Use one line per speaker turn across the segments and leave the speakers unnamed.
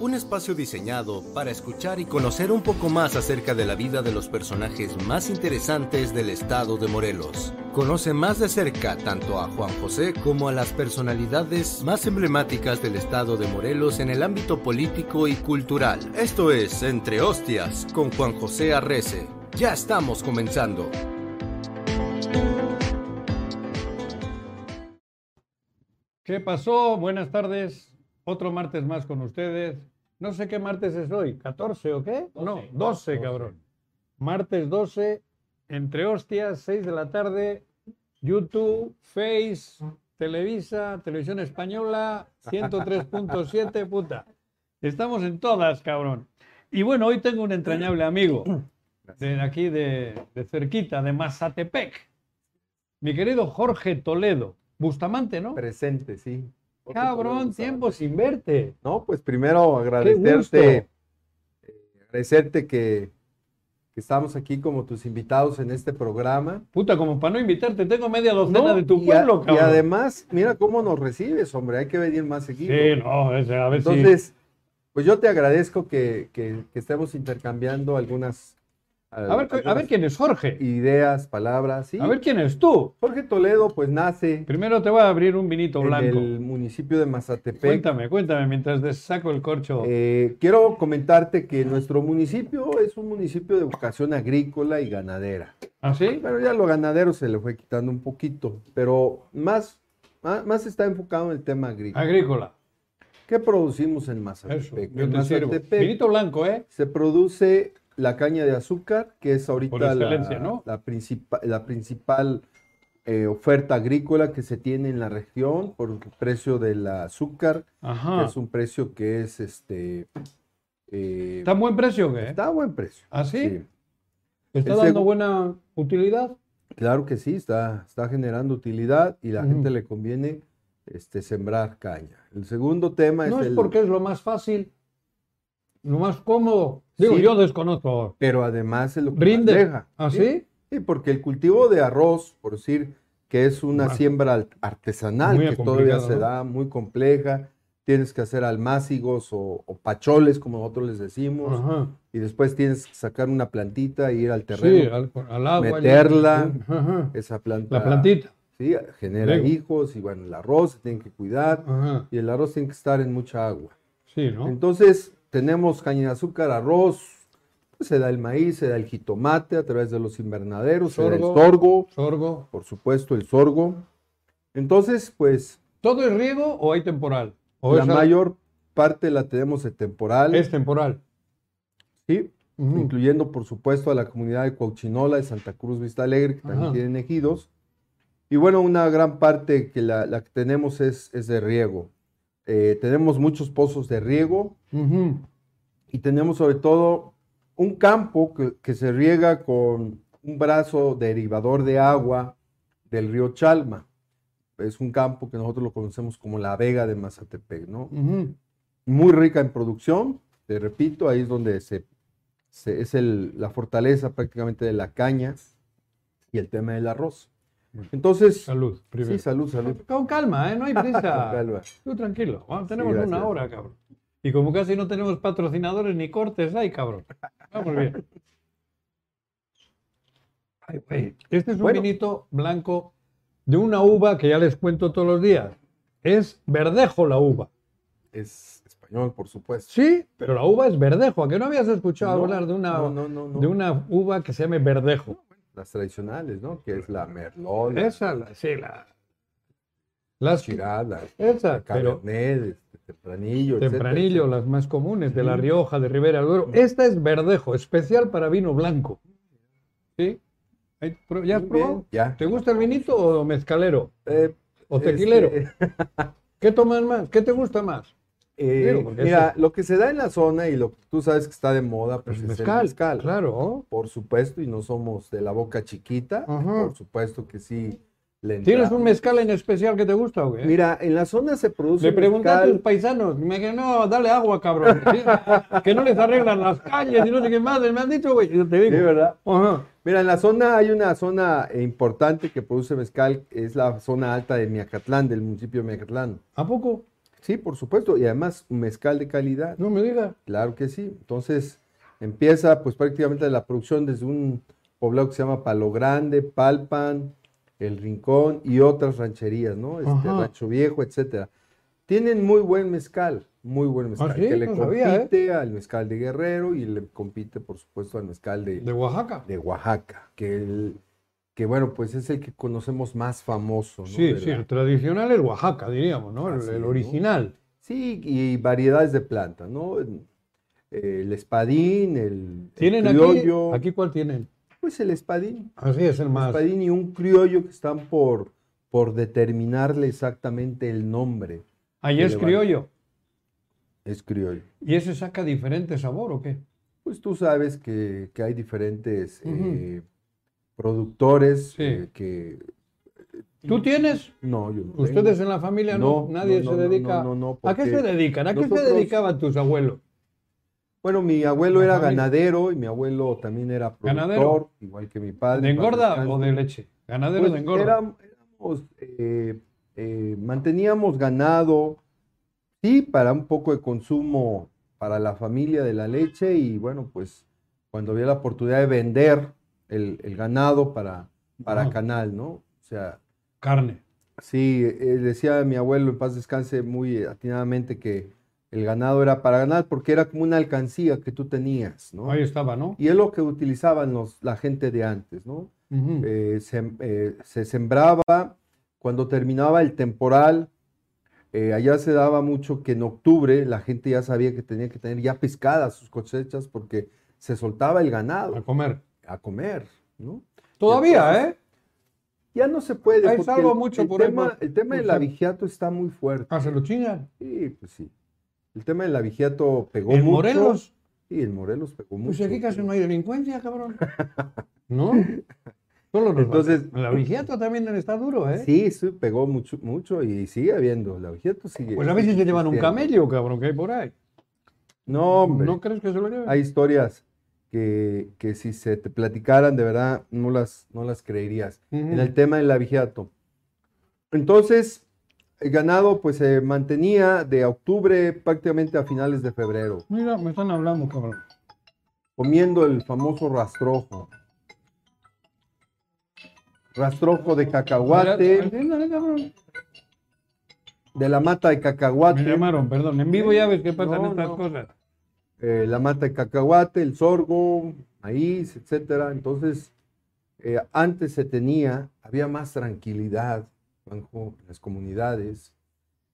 un espacio diseñado para escuchar y conocer un poco más acerca de la vida de los personajes más interesantes del estado de Morelos. Conoce más de cerca tanto a Juan José como a las personalidades más emblemáticas del estado de Morelos en el ámbito político y cultural. Esto es Entre Hostias con Juan José Arrece. Ya estamos comenzando.
¿Qué pasó? Buenas tardes. Otro martes más con ustedes. No sé qué martes es hoy, ¿14 o qué? no, 12, cabrón. Martes 12, entre hostias, 6 de la tarde, YouTube, Face, Televisa, Televisión Española, 103.7, puta. Estamos en todas, cabrón. Y bueno, hoy tengo un entrañable amigo de aquí de, de cerquita, de Mazatepec. Mi querido Jorge Toledo. Bustamante, ¿no?
Presente, sí.
Cabrón, tiempo sin verte.
No, pues primero
gusto.
agradecerte, eh, agradecerte que, que estamos aquí como tus invitados en este programa.
Puta, como para no invitarte, tengo media docena
No,
Pues de tu
y a-
pueblo, cabrón.
Y además, mira cómo nos recibes, hombre, hay que venir más seguido.
Sí, no, es- a ver si.
Entonces, pues yo te agradezco que, que- que estemos intercambiando algunas,
A ver, a ver quién es Jorge.
ideas, palabras. ¿sí?
A ver quién es tú.
Jorge Toledo, pues nace
Primero te voy a abrir un vinito
en
blanco.
el municipio de Mazatepec.
Cuéntame, cuéntame, mientras te saco el corcho.
Eh, quiero comentarte que nuestro municipio es un municipio de vocación agrícola y ganadera.
¿Ah, sí?
Pero ya lo ganadero se le fue quitando un poquito, pero más, más, más está enfocado en el tema agrícola.
Agrícola.
¿Qué producimos en
Eso,
Mazatepec?
yo
en
te sirvo.
Mazatepec
Vinito blanco, ¿eh?
se produce la caña de azúcar, que es ahorita
Por
la,
excelencia, ¿no?
la principa- la principal eh, oferta agrícola que se tiene en la región por el precio del azúcar, que
Ajá.
es un precio que es este... eh,
¿Está a buen precio o qué?
Está a buen precio.
¿Ah, sí?
Sí,
¿Está
el
dando
segu-
buena utilidad?
Claro que sí, está, está generando utilidad y la
Ujú.
gente le conviene este, sembrar caña. El segundo tema
No
es,
es
el-
porque es lo más fácil, lo más cómodo. Digo,
Sí.
yo desconozco.
Pero además es lo que
Brinde.
más deja.
¿Ah, sí?
Sí, porque el cultivo de arroz, por decir que es una
Bueno.
siembra al- artesanal
Muy
que todavía
complicado,
se
¿no?
da, muy compleja, tienes que hacer almácigos o, o pacholes, como nosotros les decimos,
Ajá.
y después tienes que sacar una plantita e ir al
Sí,
terreno.
al, al agua. al-
meterla,
Ajá.
Esa planta,
La plantita.
sí, genera
Luego.
hijos y bueno, el arroz se tiene que cuidar.
Ajá.
y el arroz tiene que estar en mucha agua.
Sí, ¿no?
Entonces, tenemos caña de azúcar, arroz, pues, se da el maíz, se da el jitomate a través de los invernaderos, se da el
Sorgo.
sorgo,
Sorgo.
por supuesto, el sorgo. Entonces, pues,
¿Todo es riego o hay temporal? ¿O
la
es, al-
mayor parte la tenemos de temporal,
es temporal?
¿sí?
Ujú.
incluyendo, por supuesto, a la comunidad de Cuauchinola, de Santa Cruz, Vista Alegre, que también
Ajá.
tienen ejidos. Y bueno, una gran parte que la, la que tenemos es, es de riego. Eh, tenemos muchos pozos de riego,
Ujú.
y tenemos sobre todo un campo que, que se riega con un brazo derivador de agua del río Chalma. Es un campo que nosotros lo conocemos como la Vega de Mazatepec, ¿no?
Ujú.
Muy rica en producción, te repito, ahí es donde se, se- es el- la fortaleza prácticamente de la caña y el tema del arroz. Entonces,
Salud, primero.
sí, salud, salud.
Con calma, ¿eh? No hay
Con
prisa.
calma.
Tú tranquilo. Vamos, tenemos
gracias.
una hora, cabrón. Y como casi no tenemos patrocinadores ni cortes, hay, cabrón. Vamos bien. Ay, güey. Este es un
Bueno.
vinito blanco de una uva que ya les cuento todos los días. Es verdejo la uva.
Es español, por supuesto.
Sí, pero la uva es verdejo. ¿A que no habías escuchado
No,
hablar de una,
no, no, no, no.
de una uva que se llame verdejo?
Las tradicionales, ¿no? Que es la merlot, la
Esa, la, sí, la. Las
chirada,
Esa, pero
Cabernet, este, Tempranillo, etcétera,
tempranillo,
etcétera.
las más comunes, de La Rioja, de Ribera del Duero. Esta es verdejo, especial para vino blanco. ¿Sí? Ahí pro- ¿Ya has
Muy
probado?
bien, ya.
¿Te gusta el vinito o mezcalero?
Eh,
¿O tequilero?
este,
¿Qué tomas más? ¿Qué te gusta más?
eh,
Digo, porque
mira,
eso-
lo que se da en la zona y lo que tú sabes que está de moda,
Pues
pues es
mezcal,
el mezcal.
claro.
Por supuesto, y no somos de la boca chiquita,
Ajá.
por supuesto que sí le
¿Tienes
entramos.
un mezcal en especial que te gusta o qué?
Mira, en la zona se produce
Le pregunté a tus
mezcal,
paisanos, me dijeron, no, dale agua, cabrón. ¿sí? que no les arreglan las calles y no sé qué más. Me han dicho, güey, yo te
sí,
digo.
¿verdad?
Ajá.
Mira, en la zona hay una zona eh, importante que produce mezcal, es la zona alta de Miacatlán, del municipio de Miacatlán.
¿A poco?
Sí, por supuesto, y además mezcal de calidad.
No me diga.
Claro que sí. Entonces empieza pues prácticamente la producción desde un poblado que se llama Palo Grande, Palpan, El Rincón y otras rancherías, ¿no? Este,
Ajá.
Rancho Viejo, etcétera. Tienen muy buen mezcal, muy buen mezcal,
¿Ah, sí?
que le
No
compite
sabía, ¿eh?
al mezcal de Guerrero y le compite, por supuesto, al mezcal de,
De Oaxaca.
de Oaxaca, que, el, que bueno, pues es el que conocemos más famoso, ¿no?
Sí,
De
sí,
la-
el tradicional es Oaxaca, diríamos, ¿no? El-
Así
El,
es, ¿no?
original.
Sí, y variedades de planta, ¿no? El espadín, el, el
¿Tienen aquí?
criollo.
¿Aquí cuál tienen?
Pues el espadín.
Así es el
El
más.
espadín y un criollo que están por, por determinarle exactamente el nombre.
Ahí
que
es
le van.
criollo.
Es criollo.
¿Y ese saca diferente sabor o qué?
Pues tú sabes que, que hay diferentes
Ujú.
eh, productores
Sí.
eh, que...
¿Tú tienes?
No, yo no tengo.
¿Ustedes en la familia no? Nadie
no,
se
no, no,
dedica.
no, no, no,
¿A qué se
porque-
dedican? ¿A qué se
nosotros-
dedicaban tus abuelos?
Bueno, mi abuelo era
Ajá, mira.
ganadero y mi abuelo también era
Ganadero.
productor, igual que mi padre.
¿De
en paz
engorda
descanse.
o de leche? Ganadero
Pues
de engorda.
éram- éramos, eh, eh, manteníamos ganado, sí, para un poco de consumo para la familia de la leche y bueno, pues cuando había la oportunidad de vender el, el ganado para, para
Ah.
canal, ¿no? O sea,
Carne.
Sí, eh, decía mi abuelo en paz descanse muy atinadamente que el ganado era para ganar porque era como una alcancía que tú tenías, ¿no?
Ahí estaba, ¿no?
Y es lo que utilizaban los, la gente de antes, ¿no?
Ujú.
Eh, sem- eh, se sembraba cuando terminaba el temporal. eh, allá se daba mucho que en octubre la gente ya sabía que tenía que tener ya pescadas sus cosechas porque se soltaba el
A
ganado
comer.
a comer, ¿no?
Todavía, ¿eh?
entonces- Ya no se puede,
Hay
porque
salvo
el,
mucho
el
por ahí,
tema,
por-
el tema del
por-
abigeato está muy fuerte.
Ah, se lo chingan.
Sí, pues sí. El tema del abigeato pegó
¿En
mucho.
Morelos?
Sí, el Morelos pegó
Pues
mucho.
aquí casi no hay delincuencia, cabrón. ¿No? Solo nos
Entonces-
matan. El abigeato también está duro, ¿eh?
Sí, sí, pegó mucho, mucho y sigue habiendo. El abigeato sigue.
Pues a veces se
sigue
llevan un
existiendo.
camello, cabrón, que hay por ahí.
No, hombre.
¿No crees que se lo lleven?
Hay historias que, que si se te platicaran, de verdad, no las, no las creerías.
Ujú.
en el tema del abigeato. Entonces, el ganado pues se mantenía de octubre prácticamente a finales de febrero,
Mira, me están hablando, cabrón.
comiendo el famoso rastrojo. Rastrojo de
Mira,
cacahuate,
atiéndale, cabrón.
de la mata de
Me
cacahuate,
llamaron, perdón. En vivo ya ves que pasan
No,
estas
no.
cosas.
eh, la mata de cacahuate, el sorgo, maíz, etcétera. Entonces, eh, antes se tenía, había más tranquilidad, Juanjo, en las comunidades.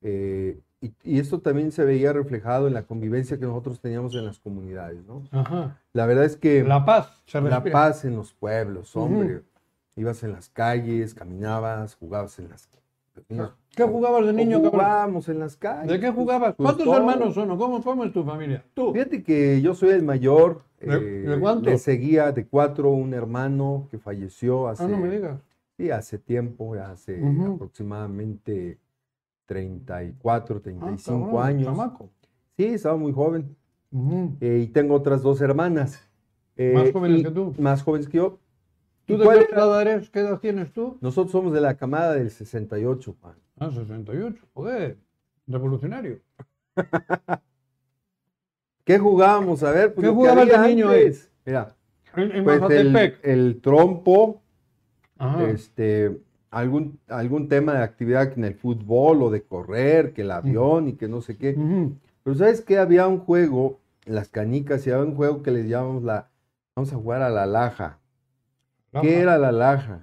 eh, y, y esto también se veía reflejado en la convivencia que nosotros teníamos en las comunidades, ¿no?
Ajá.
La verdad es que la,
La paz. se respira.
paz en los pueblos,
Ujú.
hombre. Ibas en las calles, caminabas, jugabas en las... los niños-
¿Qué jugabas de niño, cabrón?
Jugábamos en las calles.
¿De qué jugabas?
Pues
¿Cuántos
todo.
hermanos son? o ¿Cómo, cómo es tu familia? Tú.
Fíjate que yo soy el mayor.
¿De-
eh,
de cuántos?
Le seguía de cuatro un hermano que falleció hace,
Ah, no me digas.
sí, hace tiempo, hace
Ujú.
aproximadamente 34,
Ah,
35
cabrón,
años.
chamaco.
Sí, estaba muy joven.
Ujú.
Eh, y tengo otras dos hermanas. eh,
Más jóvenes
y-
que tú.
Más jóvenes que yo. ¿Y
¿Tú de
cuál
qué
era?
edad eres? ¿Qué edad tienes tú?
Nosotros somos de la camada del 68, Juan.
Ah, 68. Joder. Revolucionario.
¿Qué jugábamos? A ver, pues,
¿Qué
lo que
jugabas de
había
niño,
antes. Mira,
En, en
pues el-
Mazatepec.
el trompo,
Ajá.
este, algún, algún tema de actividad en el fútbol o de correr, que el avión y que no sé qué.
Ujú.
Pero ¿sabes qué? Había un juego, las canicas, y había un juego que les llamamos la, vamos a jugar a la laja. ¿Qué era la laja?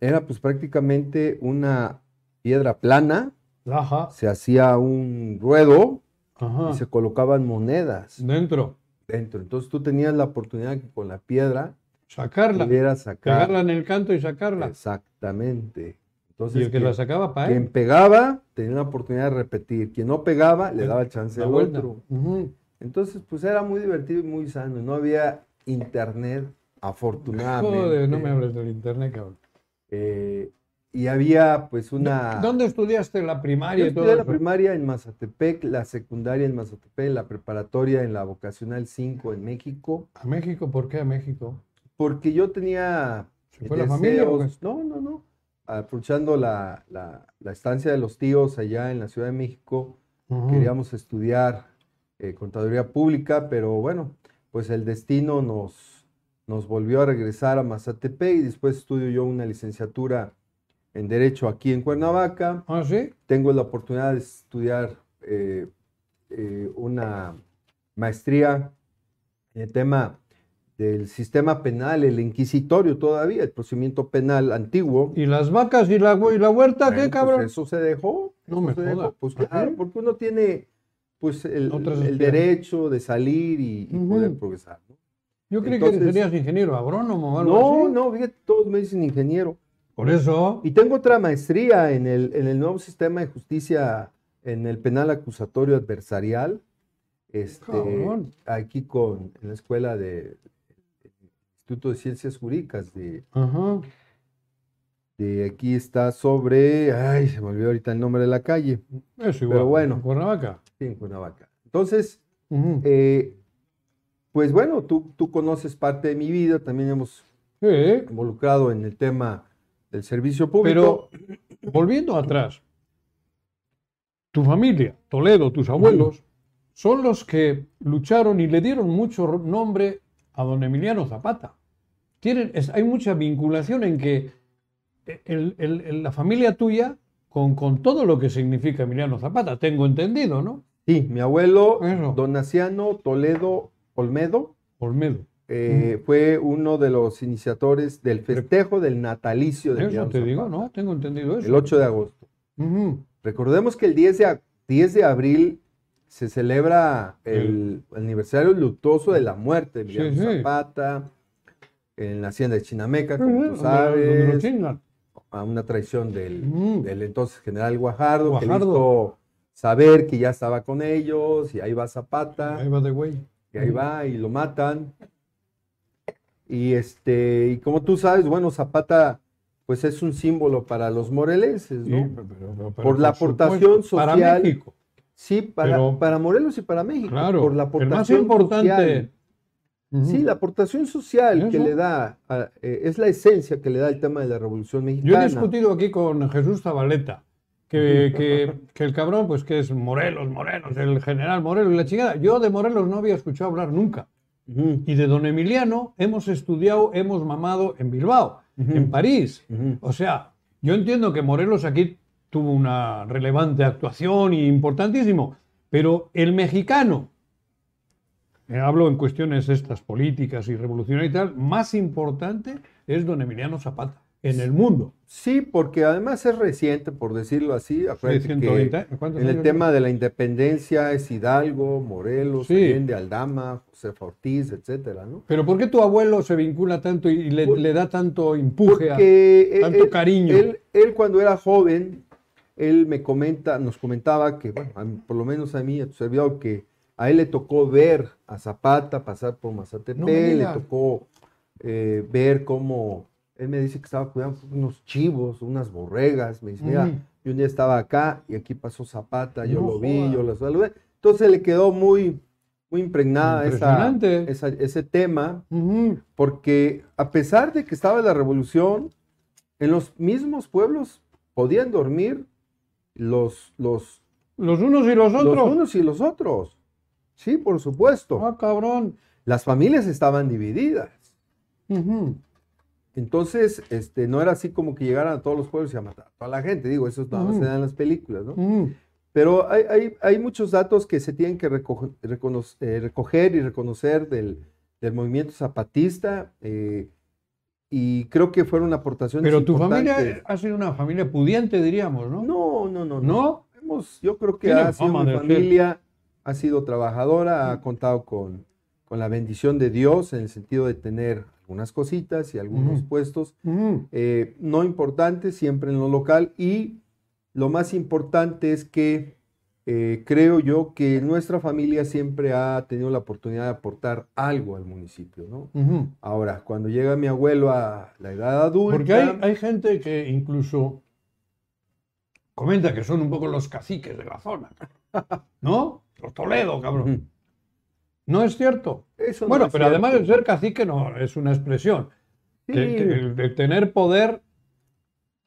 Era pues prácticamente una piedra plana,
Laja.
se hacía un ruedo
Ajá.
y se colocaban monedas
Dentro.
dentro. Entonces tú tenías la oportunidad que con la piedra
Sacarla.
pudieras sacar.
Pegarla en el canto y sacarla.
Exactamente. Entonces,
Y el que
que-
la sacaba para
Quien
él.
pegaba tenía la oportunidad de repetir. Quien no pegaba le
Eh,
daba chance
La
al
vuelta.
otro.
Ujú.
Entonces, pues era muy divertido y muy sano. No había internet, afortunadamente.
Joder, no me hables del internet, cabrón.
Eh, y había pues una...
¿Dónde estudiaste la
Yo
primaria y todo
estudié la
eso?
primaria en Mazatepec, la secundaria en Mazatepec, la preparatoria en la vocacional 5 en México,
¿A México? ¿Por qué a México?
porque yo tenía
¿Se fue la familia o qué?
deseos- No, no, no. Aprovechando la, la- la estancia de los tíos allá en la Ciudad de México,
Ujú.
Queríamos estudiar eh, contaduría pública, pero bueno, pues el destino nos, nos volvió a regresar a Mazatepec y después estudio yo una licenciatura en Derecho aquí en Cuernavaca
¿Ah, sí?
tengo la oportunidad de estudiar eh, eh, una maestría en el tema del sistema penal, el inquisitorio todavía, el procedimiento penal antiguo.
¿Y las vacas y la, hue- y la huerta
Bueno,
qué,
pues
cabrón?
eso se dejó.
No me
eso se dejó.
jodas.
Pues
¿Ah,
claro,
sí?
porque uno tiene pues el,
Otras
el
opciones.
derecho de salir y, y poder
Ujú.
progresar. ¿no?
Yo creí que
entonces-
serías ingeniero agrónomo o algo
No,
así.
no, fíjate, todos me dicen ingeniero.
Por eso.
Y tengo otra maestría en el, en el nuevo sistema de justicia, en el penal acusatorio adversarial, este,
Cabrón.
aquí con, en la escuela de Instituto de Ciencias Jurídicas de,
Ajá.
de aquí está sobre, ay, se me olvidó ahorita el nombre de la calle,
Es igual.
Pero bueno.
en Cuernavaca.
sí, en Cuernavaca. Entonces,
Ujú.
eh, pues bueno, tú, tú conoces parte de mi vida, también hemos Eh,
Sí.
involucrado en el tema del servicio público.
Pero volviendo atrás, tu familia, Toledo, tus abuelos, son los que lucharon y le dieron mucho ro- nombre a don Emiliano Zapata. Tienen, es- hay mucha vinculación en que eh, el- el- el- la familia tuya con, con todo lo que significa Emiliano Zapata, tengo entendido, ¿no?
sí, mi abuelo,
Eso.
don Naciano Toledo Olmedo,
Olmedo.
eh, fue uno de los iniciadores del festejo del natalicio de
Eso
Emiliano
te digo,
Zapata,
¿no? Tengo entendido eso.
el 8 de agosto.
Ujú.
Recordemos que el 10 de, a- 10 de abril se celebra el aniversario luctuoso de la muerte de
Sí,
Emiliano
sí.
Zapata en la hacienda de Chinameca, como
Ujú,
tú
donde lo- donde lo
sabes,
chingan.
a una traición del,
Ujú.
del entonces general Guajardo, que le
Mm. Guajardo.
hizo saber que ya estaba con ellos y ahí va Zapata.
Ahí va de güey.
Y
mm.
ahí va y lo matan. Y este, y como tú sabes, bueno, Zapata, pues es un símbolo para los morelenses,
Sí,
¿no?
pero- pero- pero
Por la
supuesto,
aportación
Para
social,
México,
sí, para,
pero-
para Morelos y para México.
claro.
por la
el más
aportación
importante.
social. Sí, la aportación social que
Eso.
le da, a- eh, es la esencia que le da el tema de la Revolución
Yo he
Mexicana.
discutido aquí con Jesús Zabaleta, que, que- que el cabrón, pues que es Morelos, Morelos, el general Morelos y la chingada. Yo de Morelos no había escuchado hablar nunca.
Ujú,
Y de don Emiliano hemos estudiado, hemos mamado en Bilbao,
Ujú.
en París.
ujú.
O sea, yo entiendo que Morelos aquí tuvo una relevante actuación y importantísimo, pero el mexicano, eh, hablo en cuestiones estas políticas y revolucionarias y tal, más importante es don Emiliano Zapata en el mundo.
Sí, porque además es reciente, por decirlo así. acuérdate que
120, ¿cuántos
En el
años
tema de la independencia es Hidalgo, Morelos,
Sí.
Allende, Aldama, José Ortiz, etcétera, ¿no?
Pero ¿por qué tu abuelo se vincula tanto y le,
Por-
le da tanto empuje a-
Porque eh,
tanto cariño.
Él, él cuando era joven, él me comenta, nos comentaba que, bueno, a mí- por lo menos a mí, a tu servidor, que a él le tocó ver a Zapata pasar por Mazatepec,
No me
le
digas.
tocó eh, ver cómo, él me dice que estaba cuidando unos chivos, unas borregas, me dice, mira,
Ujú.
yo un día estaba acá y aquí pasó Zapata, yo
No
lo vi,
jodas.
yo lo saludé. Entonces le quedó muy, muy impregnada esa,
Impresionante.
esa- ese tema
Ujú.
porque a pesar de que estaba la revolución, en los mismos pueblos podían dormir los, los,
Los unos y los
los
otros.
unos y los otros. Sí, por supuesto.
Ah, cabrón.
Las familias estaban divididas.
Ujú.
Entonces, este, no era así como que llegaran a todos los pueblos y a matar a toda la gente. Digo, eso nada más se
Ujú.
da en las películas, ¿no?
Ujú.
Pero hay, hay- hay muchos datos que se tienen que reco- recono- eh, recoger y reconocer del, del movimiento zapatista eh, y creo que fueron aportaciones
Pero tu familia
importantes.
ha sido una familia pudiente, diríamos, ¿no?
No, no, no, no.
¿No?
Hemos- yo creo que
Tiene
ha sido
fama
mi
de ser.
familia, ha sido trabajadora, ha contado con, con la bendición de Dios en el sentido de tener algunas cositas y algunos
Ujú.
puestos
Ujú.
eh, no importante, siempre en lo local. Y lo más importante es que eh, creo yo que nuestra familia siempre ha tenido la oportunidad de aportar algo al municipio, ¿no?
Ujú.
Ahora, cuando llega mi abuelo a la edad adulta,
Porque hay, hay gente que incluso comenta que son un poco los caciques de la zona, ¿no? Los Toledo, cabrón.
Ujú.
No es cierto.
eso no
bueno,
es
pero además el
cierto.
ser cacique no es una expresión.
Sí,
Que- que el, el tener poder,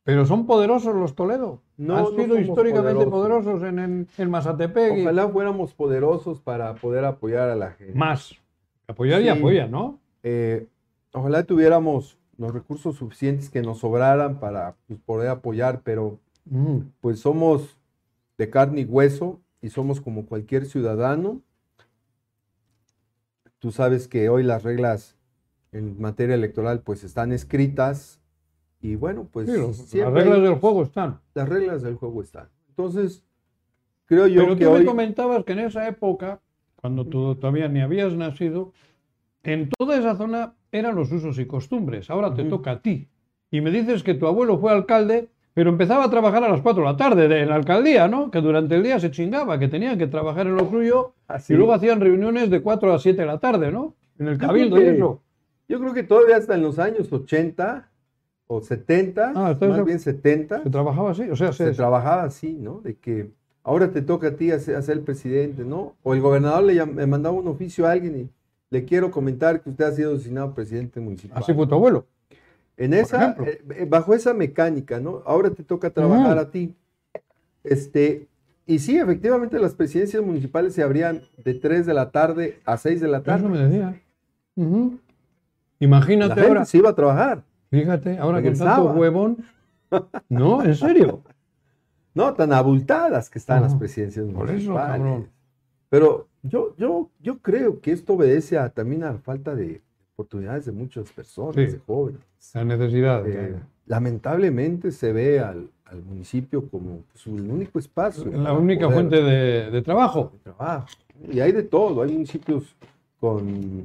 Pero son poderosos los Toledo.
No,
Han
no
sido
somos
históricamente
poderosos.
poderosos en, en, en Mazatepec. y-
Ojalá fuéramos poderosos para poder apoyar a la gente.
Más. Apoyar y
Sí.
apoyar, ¿no?
eh, ojalá tuviéramos los recursos suficientes que nos sobraran para pues, poder apoyar, pero
Mm.
pues somos de carne y hueso y somos como cualquier ciudadano. Tú sabes que hoy las reglas en materia electoral pues están escritas y bueno, pues
Sí, los- las
siempre hay-
reglas del juego están.
las reglas del juego están. Entonces, creo yo
Pero
que
tú me
hoy...
comentabas que en esa época, cuando tú todavía ni habías nacido, en toda esa zona eran los usos y costumbres. Ahora te
Ujú.
toca a ti. Y me dices que tu abuelo fue alcalde, pero empezaba a trabajar a las 4 de la tarde de- en la alcaldía, ¿no? Que durante el día se chingaba, que tenían que trabajar en lo suyo
Así.
y luego hacían reuniones de 4 a 7 de la tarde, ¿no? En el
creo
cabildo y
que-
eso.
Yo creo que todavía hasta en los años 80 o 70,
Ah, entonces-
más bien 70,
Se trabajaba así, o sea,
se
se,
trabajaba así, ¿no? De que ahora te toca a ti hacer, hacer el presidente, ¿no? O el gobernador le, llam- le mandaba un oficio a alguien y le quiero comentar que usted ha sido designado presidente municipal.
así fue tu abuelo.
en esa,
pues, ejemplo.
eh, eh, bajo esa mecánica, ¿no? Ahora te toca trabajar
Ujú.
a ti. Este, y sí, efectivamente las presidencias municipales se abrían de 3 de la tarde a 6 de la
Eso
tarde.
me decían. Ujú.
La
Imagínate
gente
ahora.
se iba a trabajar.
Fíjate, ahora con
Regresaba.
tanto huevón. No, en serio.
No, tan abultadas que están las
Ajá.
presidencias
Por eso,
municipales.
cabrón.
Pero yo, yo, yo creo que esto obedece a, también a la falta de oportunidades de muchas personas,
Sí.
de jóvenes.
La necesidad.
Eh, lamentablemente se ve al, al municipio como su único espacio.
la
para
única
poder-
fuente de, de trabajo.
de trabajo. Y hay de todo, hay municipios con,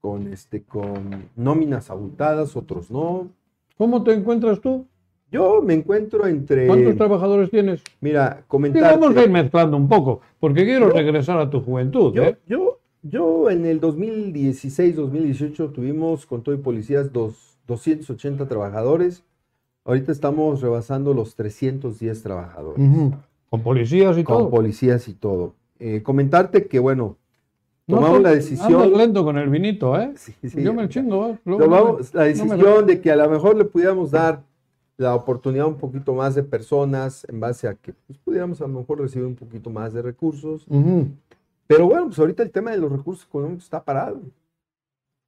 con, este, con nóminas abultadas, otros no.
¿Cómo te encuentras tú?
Yo me encuentro entre,
¿Cuántos trabajadores tienes?
mira,
Sí,
comentar
vamos a ir mezclando un poco, porque quiero
Yo-
regresar a tu juventud.
Yo,
¿eh?
yo, yo en el 2016-2018 tuvimos con todo y policías dos, 280 trabajadores. Ahorita estamos rebasando los 310 trabajadores,
Ujú. Con policías Mm, y
pues. con
todo.
policías y todo. Eh, comentarte que, bueno,
No,
tomamos
tú
la decisión.
andas lento con el vinito, ¿eh?
Sí, sí,
Yo me chingo. ¿eh? Luego no me-
tomamos la
no me-
decisión de que a lo mejor le pudiéramos dar la oportunidad a un poquito más de personas en base a que pues, pudiéramos a lo mejor recibir un poquito más de recursos.
Ujú.
Pero bueno, pues ahorita el tema de los recursos económicos está parado.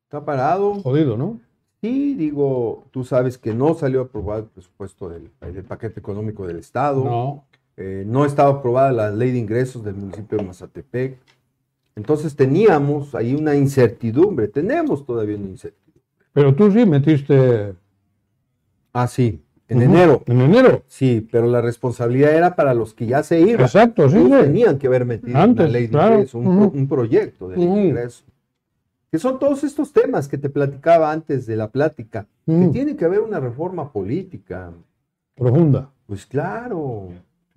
Está parado.
Jodido, ¿no?
Y digo, tú sabes que no salió aprobado el presupuesto del, del paquete económico del Estado. No.
No.
no estaba aprobada la ley de ingresos del municipio de Mazatepec. Entonces teníamos ahí una incertidumbre. Tenemos todavía una incertidumbre.
Pero tú sí metiste.
Ah, sí, en
Ujú.
enero.
En enero.
Sí, pero la responsabilidad era para los que ya se iban.
Exacto, sí,
Ellos
sí.
tenían que haber metido
Antes,
una ley de
claro.
ingreso, un,
Ujú.
pro- un proyecto de ley
Ujú.
de ingreso. Que son todos estos temas que te platicaba antes de la plática. Que
Ujú.
tiene que haber una reforma política.
Profunda.
Pues claro.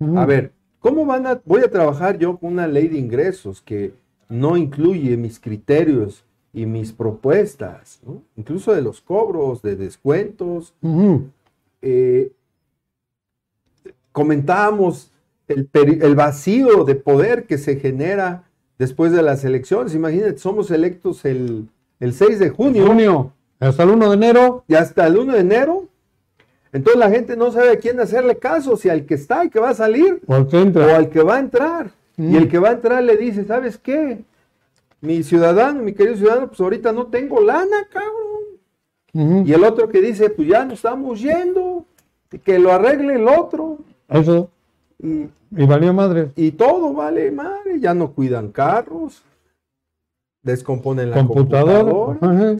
Ujú.
A ver, ¿cómo van a, voy a trabajar yo con una ley de ingresos que no incluye mis criterios y mis propuestas, ¿no? incluso de los cobros, de descuentos?
Ujú.
eh, comentábamos el, peri- el vacío de poder que se genera después de las elecciones. Imagínate, somos electos el, el 6 de junio
junio, hasta el 1 de enero,
y hasta el 1 de enero. Entonces la gente no sabe a quién hacerle caso, si al que está y que va a salir
porque
o
entra.
al que va a entrar.
Mm.
Y el que va a entrar le dice, ¿sabes qué? Mi ciudadano, mi querido ciudadano, pues ahorita no tengo lana, cabrón.
Ujú.
Y el otro que dice, pues ya nos estamos yendo, que lo arregle el otro.
Eso,
Y,
y valió madre.
y todo vale madre, ya no cuidan carros, descomponen la
Computador,
computadora,
ajá,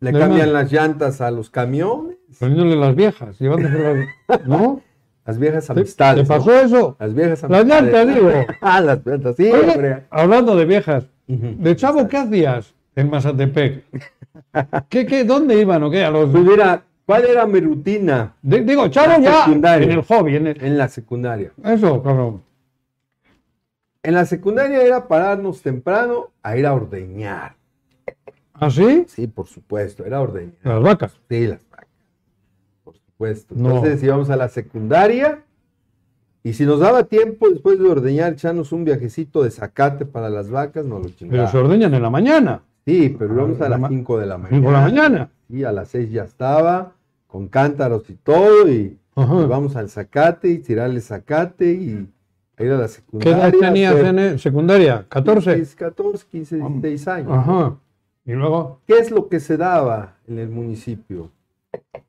le
de
cambian
madre.
las llantas a los camiones,
poniéndole las viejas, llevándose las. ¿No?
las viejas
¿Te,
amistades.
te
¿no?
pasó eso?
Las viejas
Las
amistades.
llantas, digo.
Ah, las llantas, sí,
Oye,
hombre.
hablando de viejas,
Ujú.
¿de chavo qué hacías en Mazatepec? ¿Qué, qué, ¿Dónde iban o qué? A los,
Pues mira, ¿cuál era mi rutina
de- digo, chavo
La
ya
secundaria.
en el hobby. En el-
en la secundaria?
eso, cabrón.
En la secundaria era pararnos temprano a ir a ordeñar.
¿Así?
Sí, por supuesto, era ordeñar.
¿Ah, Las vacas.
Sí, las vacas. Por supuesto.
No.
Entonces íbamos a la secundaria y si nos daba tiempo después de ordeñar, echarnos un viajecito de zacate para las vacas, nos lo
Pero
chingábamos.
se ordeñan en la mañana,
Sí, pero íbamos a
la
las
ma-
5 de la mañana.
por la mañana.
Y a las 6 ya estaba con cántaros y todo, y,
Ajá.
y vamos al zacate y tirarle zacate y a ir a la
¿Qué
secundaria. pues.
edad tenías
hacer
en el- secundaria? ¿14?
15, 14, 15, 16 años.
Ajá. Y luego,
¿Qué es lo que se daba en el municipio?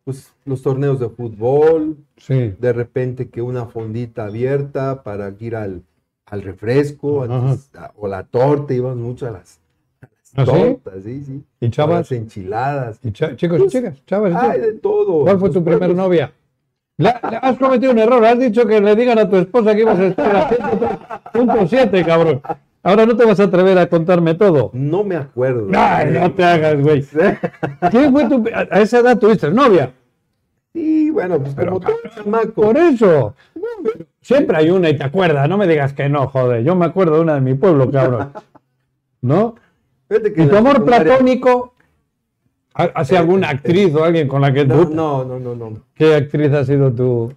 Pues los torneos de fútbol,
sí.
de repente que una fondita abierta para ir al, al refresco antes- a- o la torta, íbamos mucho a las, a las
¿Ah, sí?
tortas, sí, sí,
¿Y
a
chavas?
las enchiladas.
¿Y cha- chicos y
Pues,
chicas? ¿Chavas y
Ay,
chicas?
de todo.
¿Cuál fue tu
Los
primer
pueblos-
novia? La- la- has cometido un error, has dicho que le digan a tu esposa que ibas a estar a 103.7, cabrón. Ahora no te vas a atrever a contarme todo.
No me acuerdo.
Ay, no te hagas, güey. ¿Quién fue tu... A a esa edad tuviste novia.
Sí, bueno, pues
Pero,
como todo chamaco.
Por eso. Siempre hay una y te acuerdas, no me digas que no, joder. Yo me acuerdo de una de mi pueblo, cabrón. ¿No?
Fíjate que
¿Y
en
tu
la
amor
secundaria-
platónico? ¿ha- ¿Hacia alguna actriz o alguien con la que
No,
tú...
no, no, no, no.
¿Qué actriz ha sido tu...?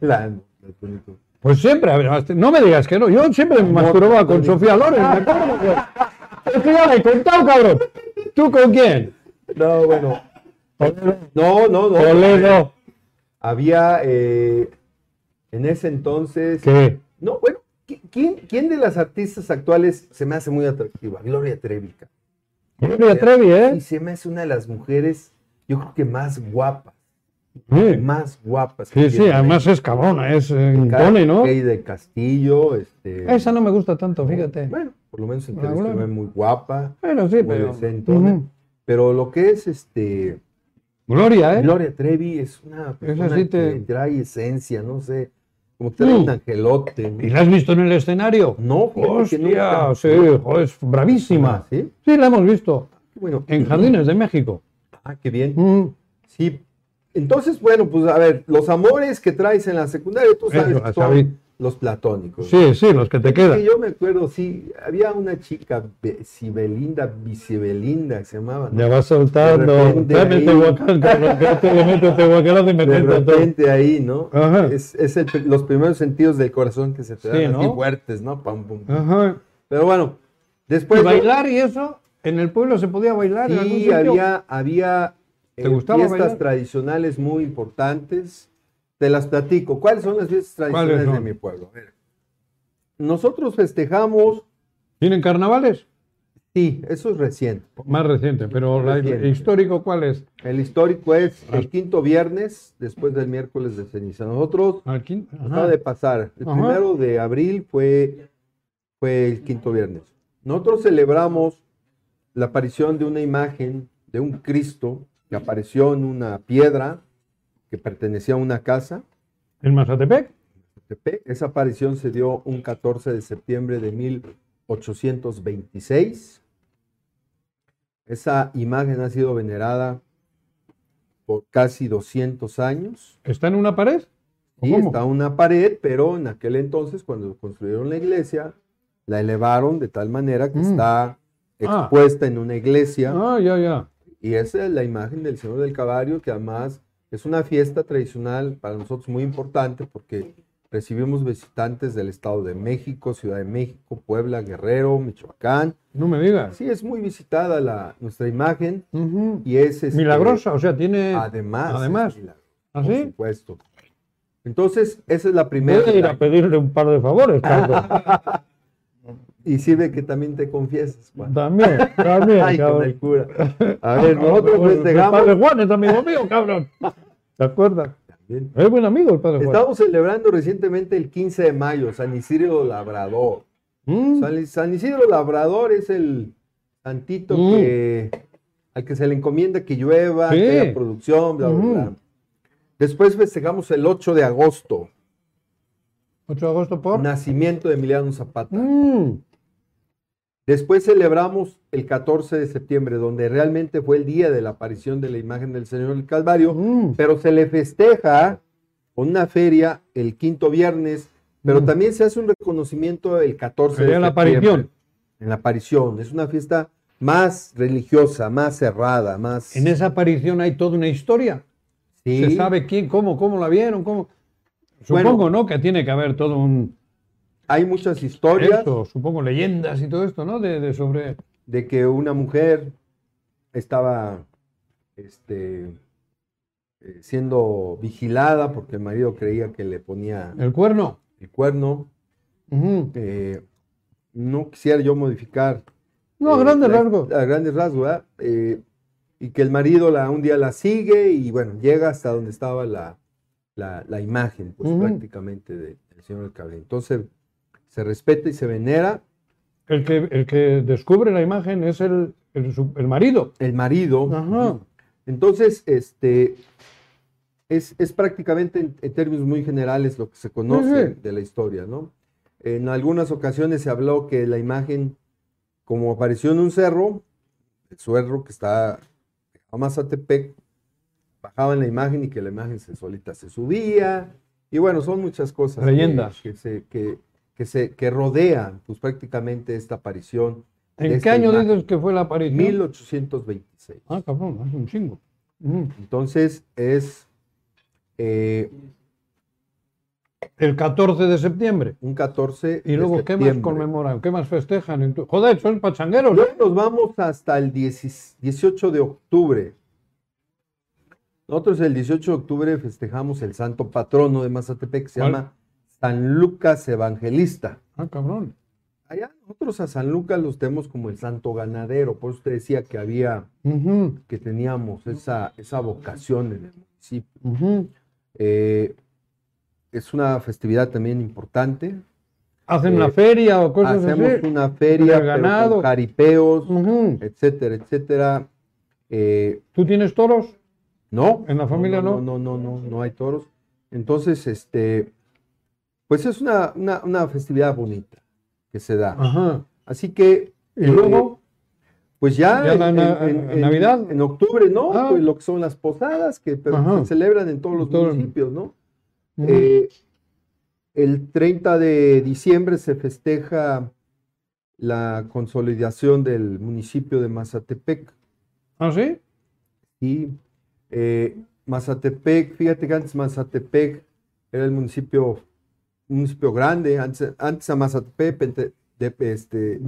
La- platónico.
Pues siempre, habrá- no me digas que no. Yo siempre me masturbaba con Sofía Loren, ¿de acuerdo? güey? Es que ya la he contado, cabrón. ¿Tú con quién?
No, bueno.
Toledo.
No, no, no.
Toledo.
Había eh, en ese entonces.
¿Qué?
No, bueno, ¿qui- ¿quién, ¿quién de las artistas actuales se me hace muy atractiva? Gloria Trevi. cabrón.
Gloria Trevi, ¿eh?
Y se me hace una de las mujeres, yo creo que más guapas,
Sí,
más guapas. que
sí, sí,
tiene.
además es cabrona, es eh,
Cara-
impone, ¿no?
Kay de Castillo, este.
Esa no me gusta tanto, fíjate.
Bueno, pues por lo menos en
La
televisión
Gloria.
es muy guapa,
Bueno, sí,
muy
pero...
decentona.
Ujú.
Pero lo que es este.
Gloria, ¿eh?
Gloria Trevi es una persona
sí te-
que trae esencia, no sé. Como que trae
Mm.
un angelote. ¿no?
¿Y la has visto en el escenario?
Pues, No, fíjate que
Hostia,
nunca.
sí, joder, es bravísima.
¿Sí?
Sí, la hemos visto
Bueno,
en Jardines de México.
ah, qué bien.
Mm.
Sí. Entonces, bueno, pues a ver, los amores que traes en la secundaria, tú sabes
Eso,
que
sabí.
son los platónicos.
Sí, sí, los que te
Que
quedan.
yo me acuerdo, sí, había una chica, Be- Sibelinda, Visibelinda, que se llamaba. ¿no?
Ya vas soltando.
repente
Dame
ahí-
tehuacán, cabrón. que te le meto tehuacanazo y me
De
cuenta todo.
repente ahí, ¿no?
Ajá.
Es, es el pri- los primeros sentidos del corazón que se te dan
Sí,
así
¿no?
fuertes, ¿no? Pam, pum, pum.
Ajá.
Pero bueno, después.
Y bailar y eso, en el pueblo se podía bailar. en Ah, algún
Pues Sí,
sitio?
había, había
¿Te
eh,
gustaba
fiestas
bailar?
tradicionales muy importantes. Te las platico. ¿Cuáles son las fiestas tradicionales de
son?
mi pueblo? A ver. Nosotros festejamos,
¿Tienen carnavales?
sí, eso es reciente.
Más reciente, pero la-
Reciente.
el histórico, ¿cuál es?
El histórico es
Ah.
el quinto viernes después del miércoles de ceniza. Nosotros
Al quin-
acaba
Ajá.
de pasar. El
Ajá.
primero de abril fue, fue el quinto viernes. Nosotros celebramos la aparición de una imagen de un Cristo que apareció en una piedra que pertenecía a una casa.
¿En Mazatepec?
Tepec. Esa aparición se dio un 14 de septiembre de 1826. Esa imagen ha sido venerada por casi 200 años.
¿Está en una pared? ¿O
Sí,
cómo?
está una pared, pero en aquel entonces, cuando construyeron la iglesia, la elevaron de tal manera que
Mm.
está
Ah.
expuesta en una iglesia.
Ah, ya, ya.
Y esa es la imagen del Señor del Calvario, que además es una fiesta tradicional para nosotros muy importante porque recibimos visitantes del Estado de México, Ciudad de México, Puebla, Guerrero, Michoacán.
No me digas.
Sí, es muy visitada la, nuestra imagen
Ujú.
y es... este,
Milagrosa, o sea, tiene. ¿Ah,
Además. es
Además.
milagro, por
¿Así?
supuesto. Entonces, esa es la primera.
Voy a ir a pedirle un par de favores, Paco.
Y sirve que también te confieses, Juan.
También, también,
Ay, con
cabrón.
el cura. A ver, nosotros
Bueno,
festejamos.
El padre Juan es amigo mío, cabrón. ¿Te acuerdas?
También.
Es buen amigo el padre Juan.
Estamos celebrando recientemente el 15 de mayo, San Isidro Labrador.
Mm,
San, San Isidro Labrador es el santito
Mm.
que, al que se le encomienda que llueva,
Sí. Mm.
que haya producción, bla, bla,
Ujú.
bla. Después festejamos el 8 de agosto,
8 de agosto por.
nacimiento de Emiliano Zapata.
Mm,
Después celebramos el 14 de septiembre, donde realmente fue el día de la aparición de la imagen del Señor del Calvario,
mm.
pero se le festeja con una feria el quinto viernes, pero
Mm.
también se hace un reconocimiento el 14
Sería
de
la
septiembre.
aparición.
En la aparición. Es una fiesta más religiosa, más cerrada, más...
En esa aparición hay toda una historia.
Sí,
Se sabe quién, cómo, cómo la vieron, cómo.
Bueno.
Supongo, ¿no? Que tiene que haber todo un.
Hay muchas historias
Esto, supongo, leyendas y todo esto, ¿no? De, de sobre.
de que una mujer estaba este, eh, siendo vigilada porque el marido creía que le ponía
El cuerno.
el cuerno.
Ujú.
Eh, no quisiera yo modificar.
No, a
eh,
grandes
la-
rasgos.
A grandes rasgos, ¿verdad? Eh, y que el marido la, un día la sigue y bueno, llega hasta donde estaba la, la- la imagen, pues
Ujú.
prácticamente de- del Señor del Cable. Entonces, se respeta y se venera.
El que, el que descubre la imagen es el, el, su- el marido.
El marido.
Ajá.
Entonces, este es, es prácticamente en, en términos muy generales lo que se conoce
Sí, sí.
de la historia, ¿no? En algunas ocasiones se habló que la imagen, como apareció en un cerro, el cerro que está a Mazatepec, bajaban la imagen y que la imagen se solita se subía. Y bueno, son muchas cosas. que-
Leyendas.
Que, se, que, que se, que rodean pues, prácticamente esta aparición.
¿En
de
qué
esta
año
imagen.
dices que fue la aparición?
1826.
Ah, cabrón, hace un chingo. Ujú.
Entonces es eh,
El 14 de septiembre.
un 14
Y luego,
de
¿qué más
septiembre.
conmemoran? ¿Qué más festejan? en tu- Joder, son pachangueros. ¿eh?
Luego nos vamos hasta el 10 18 de octubre. Nosotros el 18 de octubre festejamos el santo patrono de Mazatepec, que se
¿Cuál?
llama San Lucas Evangelista.
Ah, cabrón.
Allá nosotros a San Lucas los tenemos como el santo ganadero, por eso te decía que había,
Ujú,
que teníamos esa, esa vocación en el municipio.
ujú.
Eh, es una festividad también importante,
Hacen
Eh,
una feria o cosas
hacemos
así.
una feria
Del
pero con
ganado.
jaripeos,
Ujú.
etcétera, etcétera. Eh,
¿Tú tienes toros?
no,
En la familia no.
no, no, no, no, no hay toros. Entonces, este, pues es una, una, una festividad bonita que se da.
Ajá.
Así que,
Ah. Y
eh,
luego,
pues ya,
ya la na- Navidad.
en octubre, ¿no?
Ah.
Pues lo que son las posadas que pero
Ajá.
se celebran en todos los
Todo el-
municipios, ¿no?
ujú,
Eh, el 30 de diciembre se festeja la consolidación del municipio de Mazatepec.
¿ah, sí?
Y eh, Mazatepec, fíjate que antes Mazatepec era el municipio, un municipio grande, antes, antes a Mazatepec, pente- de, este,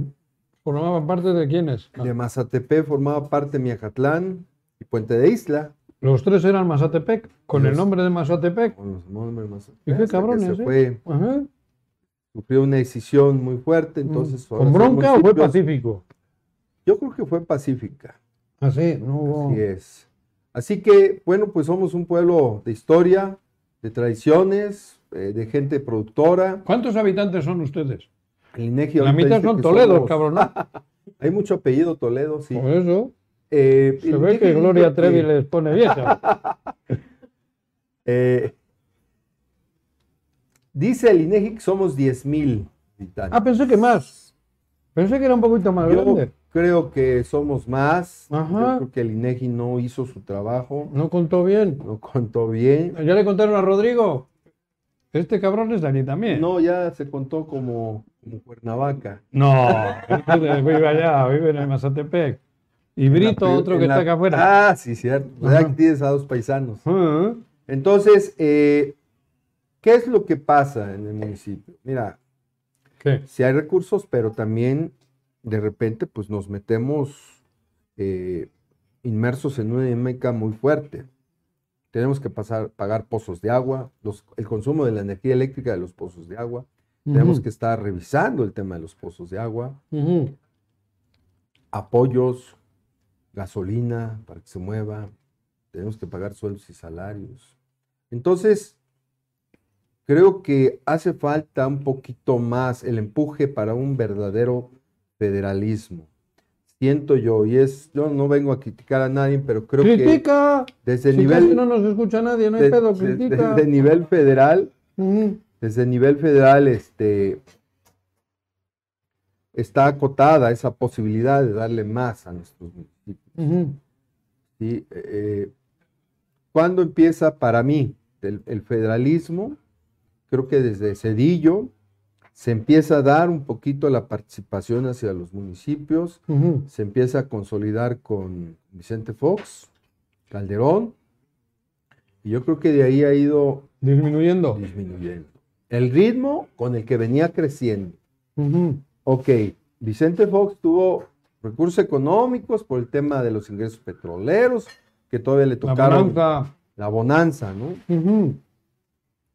¿Formaban parte de quiénes?
de Mazatepec formaba parte Miajatlán y Puente de Isla.
Los tres eran Mazatepec, con el
Los-
nombre de Mazatepec.
con los nombres de Mazatepec,
Y qué
hasta que
cabrones,
se
¿eh?
fue,
Ajá.
sufrió una decisión muy fuerte,
Mm.
entonces... ahora
¿Con
son
bronca o fue
municipios-
pacífico?
Yo creo que fue pacífica.
Así, no hubo.
Así es. Así que, bueno, pues somos un pueblo de historia, de tradiciones, eh, de gente productora.
¿Cuántos habitantes son ustedes?
El INEGI
La
ahorita
mitad
dice
son
que
Toledo,
somos-
cabrón.
Hay mucho apellido Toledo, sí.
Por eso.
Eh,
Se ve
el INEGI
que
dice
Gloria
que,
Trevi les pone bien. ¿sabes?
eh, dice el INEGI que somos 10.000 mil
Ah, pensé que más. Pensé que era un poquito más
Yo
grande.
creo que somos más.
Ajá.
Yo creo que el INEGI no hizo su trabajo,
No contó bien.
no contó bien.
Ya le contaron a Rodrigo. Este cabrón es de aquí también.
No, ya se contó como, como Cuernavaca.
No, entonces vive allá, vive en el Mazatepec. Y Brito,
En la pri-
otro que
en la-
está acá afuera.
Ah, sí, cierto. O
Ajá.
sea, que tienes a dos paisanos.
Ah,
Entonces, eh, ¿qué es lo que pasa en el municipio? Mira,
¿Qué?
si hay recursos, pero también de repente pues nos metemos eh, inmersos en una dinámica muy fuerte. Tenemos que pasar, pagar pozos de agua, los- el consumo de la energía eléctrica de los pozos de agua. Tenemos
Ujú,
que estar revisando el tema de los pozos de agua,
ujú.
apoyos, gasolina para que se mueva, tenemos que pagar sueldos y salarios. Entonces, creo que hace falta un poquito más el empuje para un verdadero federalismo. Siento yo, y es, yo no vengo a criticar a nadie, pero creo que
Critica.
desde el
si
nivel,
casi no nos escucha nadie, no hay
de-
pedo,
de-
critica.
desde nivel federal,
Ujú.
desde el nivel federal, este, está acotada esa posibilidad de darle más a nuestros municipios.
Ujú.
¿sí? Eh, ¿Cuándo empieza para mí el, el federalismo? Creo que desde Cedillo se empieza a dar un poquito la participación hacia los municipios,
Ujú.
se empieza a consolidar con Vicente Fox, Calderón, y yo creo que de ahí ha ido
Disminuyendo.
disminuyendo. El ritmo con el que venía creciendo.
Ujú.
Ok, Vicente Fox tuvo recursos económicos por el tema de los ingresos petroleros, que todavía le
La
tocaron
bonanza.
la bonanza, ¿no?
Ujú.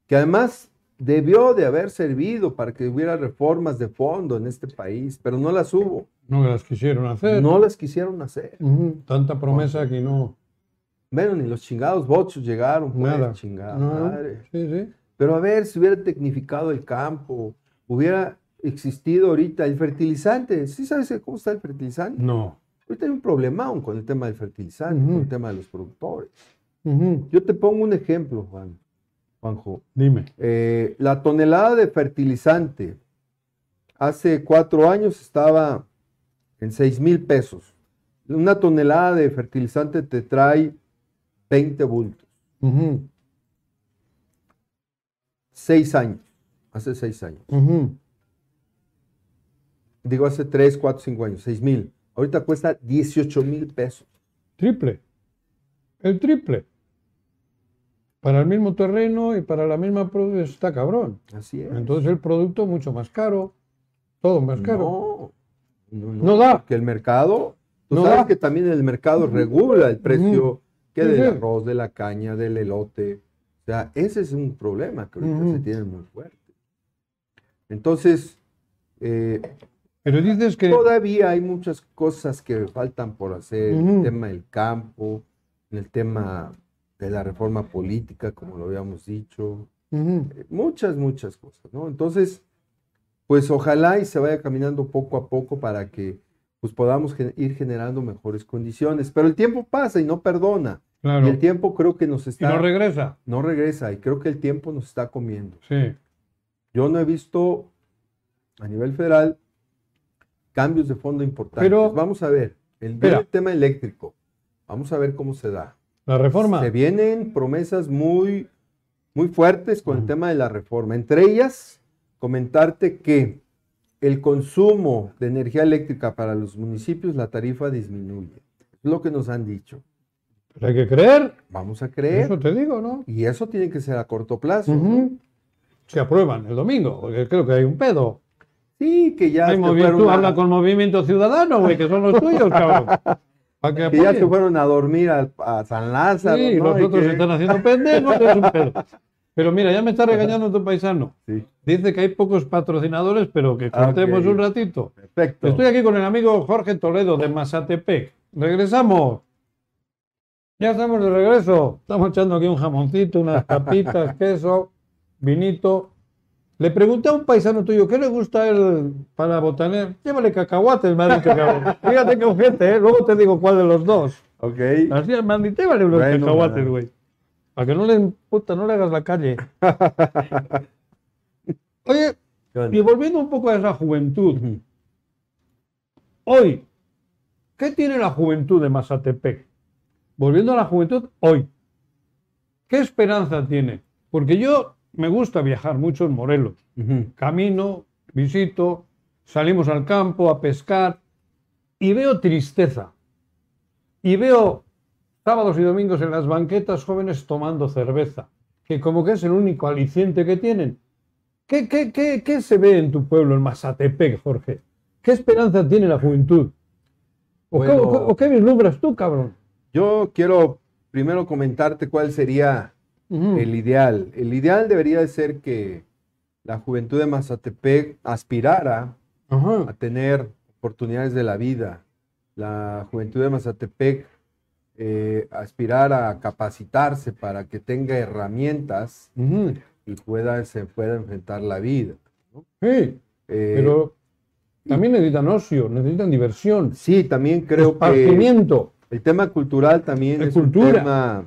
que además debió de haber servido para que hubiera reformas de fondo en este país, pero no las hubo,
No las quisieron hacer.
no las quisieron hacer.
Ujú, Tanta promesa que no.
Bueno, ni los chingados bochos llegaron, pues,
Nada.
chingada
no.
madre.
Sí, sí.
Pero a ver, si hubiera tecnificado el campo, hubiera existido ahorita el fertilizante. ¿Sí sabes cómo está el fertilizante?
No.
Ahorita hay un problema aún con el tema del fertilizante, con
Ujú.
el tema de los productores.
Ujú,
Yo te pongo un ejemplo, Juan, Juanjo.
Dime.
Eh, la tonelada de fertilizante hace cuatro años estaba en 6 mil pesos. Una tonelada de fertilizante te trae 20 bultos.
Ujú,
Seis años. Hace seis años.
ujú.
Digo, hace tres, cuatro, cinco años. 6 mil. Ahorita cuesta 18 mil pesos.
Triple. El triple. Para el mismo terreno y para la misma producción está cabrón.
Así es.
Entonces el producto mucho más caro. Todo más caro.
No, no,
No da.
Porque el mercado, tú
No
sabes
da.
que también el mercado regula el precio que
Sí,
del
sí.
arroz, de la caña, del elote. O sea, ese es un problema que ahorita
Ujú.
se tiene muy fuerte. Entonces, eh,
Pero dices que.
todavía hay muchas cosas que faltan por hacer. en
Ujú.
El tema del campo, en el tema de la reforma política, como lo habíamos dicho
Ujú.
muchas, muchas cosas, ¿no? Entonces, pues ojalá y se vaya caminando poco a poco para que pues podamos gen- ir generando mejores condiciones. Pero el tiempo pasa y no perdona.
Claro.
Y el tiempo creo que nos
Y
está...
no regresa.
no regresa y creo que el tiempo nos está comiendo.
Sí.
Yo no he visto a nivel federal cambios de fondo importantes.
Pero-
Vamos a ver, el,
Espera.
el tema eléctrico. Vamos a ver cómo se da.
La reforma.
Se vienen promesas muy, muy fuertes con el
Ujú.
tema de la reforma. Entre ellas, comentarte que el consumo de energía eléctrica para los municipios, la tarifa disminuye. Es lo que nos han dicho.
Pero Pues hay que creer.
Vamos a creer.
Eso te digo, ¿no?
Y eso tiene que ser a corto plazo. ¿no?
Ujú. Se aprueban el domingo, porque creo que hay un pedo.
Sí, que ya,
Hay
se
movi-
fueron,
Tú
a,
habla con Movimiento Ciudadano, güey, que son los tuyos, cabrón. Pa' que
que ya se
apoyen.
fueron a dormir a, a San Lázaro.
Sí,
¿no?
los
Y
otros
que-
están haciendo pendejos, es un pedo. Pero mira, ya me está regañando tu paisano.
Sí,
Dice que hay pocos patrocinadores, pero que
Ah, ok.
cortemos un ratito.
perfecto.
Estoy aquí con el amigo Jorge Toledo de Mazatepec. Regresamos. Ya estamos de regreso. Estamos echando aquí un jamoncito, unas papitas, queso, vinito. Le pregunté a un paisano tuyo, ¿qué le gusta a él para botanear? Llévale cacahuates, me ha dicho. cabrón. Fíjate qué ojete, ¿eh? luego te digo cuál de los dos.
Ok.
Así me han dicho, llévale los
Bueno,
cacahuates,
nada.
güey. Para que no le, puta, no le hagas la calle. Oye,
¿Qué onda?
y volviendo un poco a esa juventud,
Ujú.
hoy, ¿qué tiene la juventud de Mazatepec? Volviendo a la juventud, hoy, ¿qué esperanza tiene? Porque yo me gusta viajar mucho en Morelos.
Ujú.
Camino, visito, salimos al campo a pescar y veo tristeza. Y veo sábados y domingos en las banquetas jóvenes tomando cerveza, que como que es el único aliciente que tienen. ¿Qué, qué, qué- qué se ve en tu pueblo, en Mazatepec, Jorge? ¿Qué esperanza tiene la juventud? ¿O,
Bueno.
qué, o qué vislumbras tú, cabrón?
Yo quiero primero comentarte cuál sería
Ujú.
el ideal. El ideal debería de ser que la juventud de Mazatepec aspirara a
Ajá.
tener oportunidades de la vida. La juventud de Mazatepec eh, aspirara a capacitarse para que tenga herramientas
Ujú.
y pueda, se pueda enfrentar la vida.
Sí,
Eh,
pero también necesitan ocio, necesitan diversión,
sí, también creo que
esparcimiento.
el tema cultural también
De
es un
cultura.
tema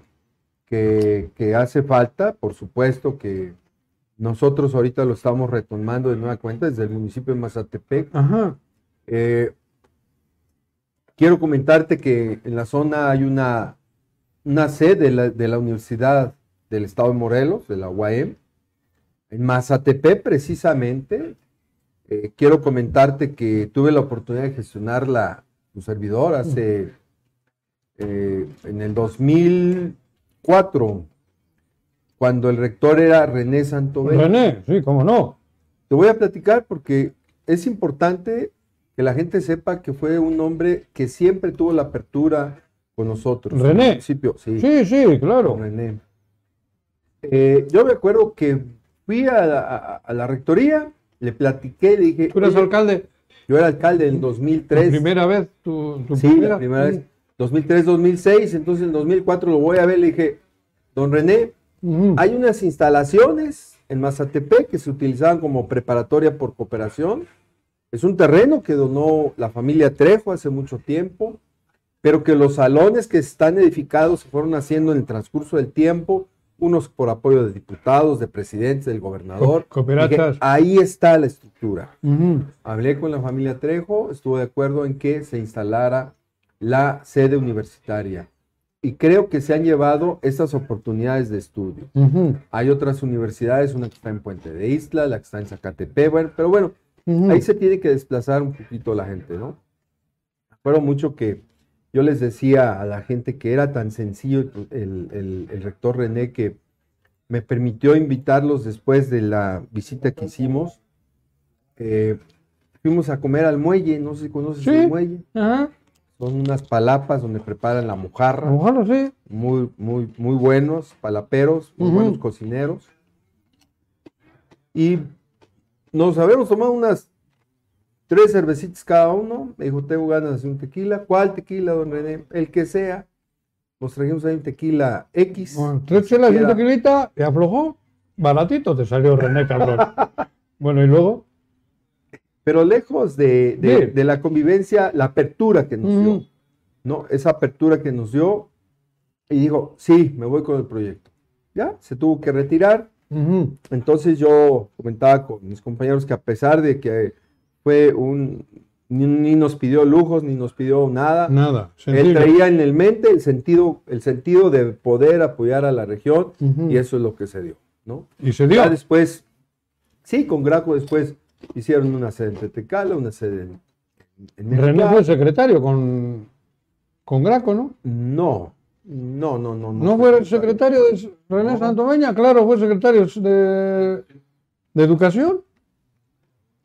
que, que hace falta, por supuesto que nosotros ahorita lo estamos retomando de nueva cuenta desde el municipio de Mazatepec.
Ajá.
Eh, quiero comentarte que en la zona hay una, una sede de la, de la Universidad del Estado de Morelos, de la UAM. En Mazatepec, precisamente, eh, quiero comentarte que tuve la oportunidad de gestionar la, tu servidor hace, eh, en el 2004, cuando el rector era René Santoveña.
René, sí, cómo no.
Te voy a platicar porque es importante que la gente sepa que fue un hombre que siempre tuvo la apertura con nosotros.
René.
al principio, sí,
Sí, sí, claro.
con René. Eh, yo me acuerdo que fui a la, a- a la rectoría, le platiqué, le dije,
Tú eres
"Oye,
alcalde.
yo era alcalde en
La
2003.
primera vez, tu, tu
Sí, la primera vez. 2003, 2006, entonces en 2004 lo voy a ver, le dije, don René,
Ujú.
hay unas instalaciones en Mazatepec que se utilizaban como preparatoria por cooperación. Es un terreno que donó la familia Trejo hace mucho tiempo, pero que los salones que están edificados se fueron haciendo en el transcurso del tiempo, unos por apoyo de diputados, de presidentes, del gobernador.
Co- cooperatas.
Dije, ah. ahí está la estructura.
Ujú.
Hablé con la familia Trejo, estuvo de acuerdo en que se instalara la sede universitaria. Y creo que se han llevado estas oportunidades de estudio.
Ujú.
Hay otras universidades, una que está en Puente de Isla, la que está en Zacatepec, bueno, pero bueno,
Ujú.
ahí se tiene que desplazar un poquito la gente, ¿no? Me acuerdo mucho que yo les decía a la gente que era tan sencillo el, el- el rector René que me permitió invitarlos después de la visita que hicimos. Eh, fuimos a comer al muelle, no sé si conoces
Sí.
el muelle.
Ajá.
Son unas palapas donde preparan la mojarra
Ojalá sí.
muy, muy, muy buenos palaperos, muy
Ujú.
buenos cocineros. Y nos habíamos tomado unas tres cervecitas cada uno. Me dijo, tengo ganas de hacer un tequila. ¿Cuál tequila, don René? El que sea. Nos trajimos ahí un tequila X.
Bueno, tres chelas y un
Siquiera.
tequilita, y aflojó. Baratito te salió René, cabrón. bueno, y luego.
Pero lejos de, de-
Bien.
de la convivencia, la apertura que nos
Ujú.
dio. ¿no? Esa apertura que nos dio. Y dijo, sí, me voy con el proyecto. Ya, se tuvo que retirar.
Ujú.
Entonces yo comentaba con mis compañeros que a pesar de que fue un, ni, ni nos pidió lujos, ni nos pidió nada,
Nada.
él
sencillo.
traía en el mente el sentido, el sentido de poder apoyar a la región
Ujú.
y eso es lo que se dio, ¿no?
Y se dio.
Ya después, sí, con Graco después hicieron una sede en Tetecala, una sede en, en
René
Mexicali.
fue secretario con, con Graco, ¿no?
No, no, no, no.
¿No fue el secretario de S- René
No.
Santomeña? Claro, fue secretario de, de Educación.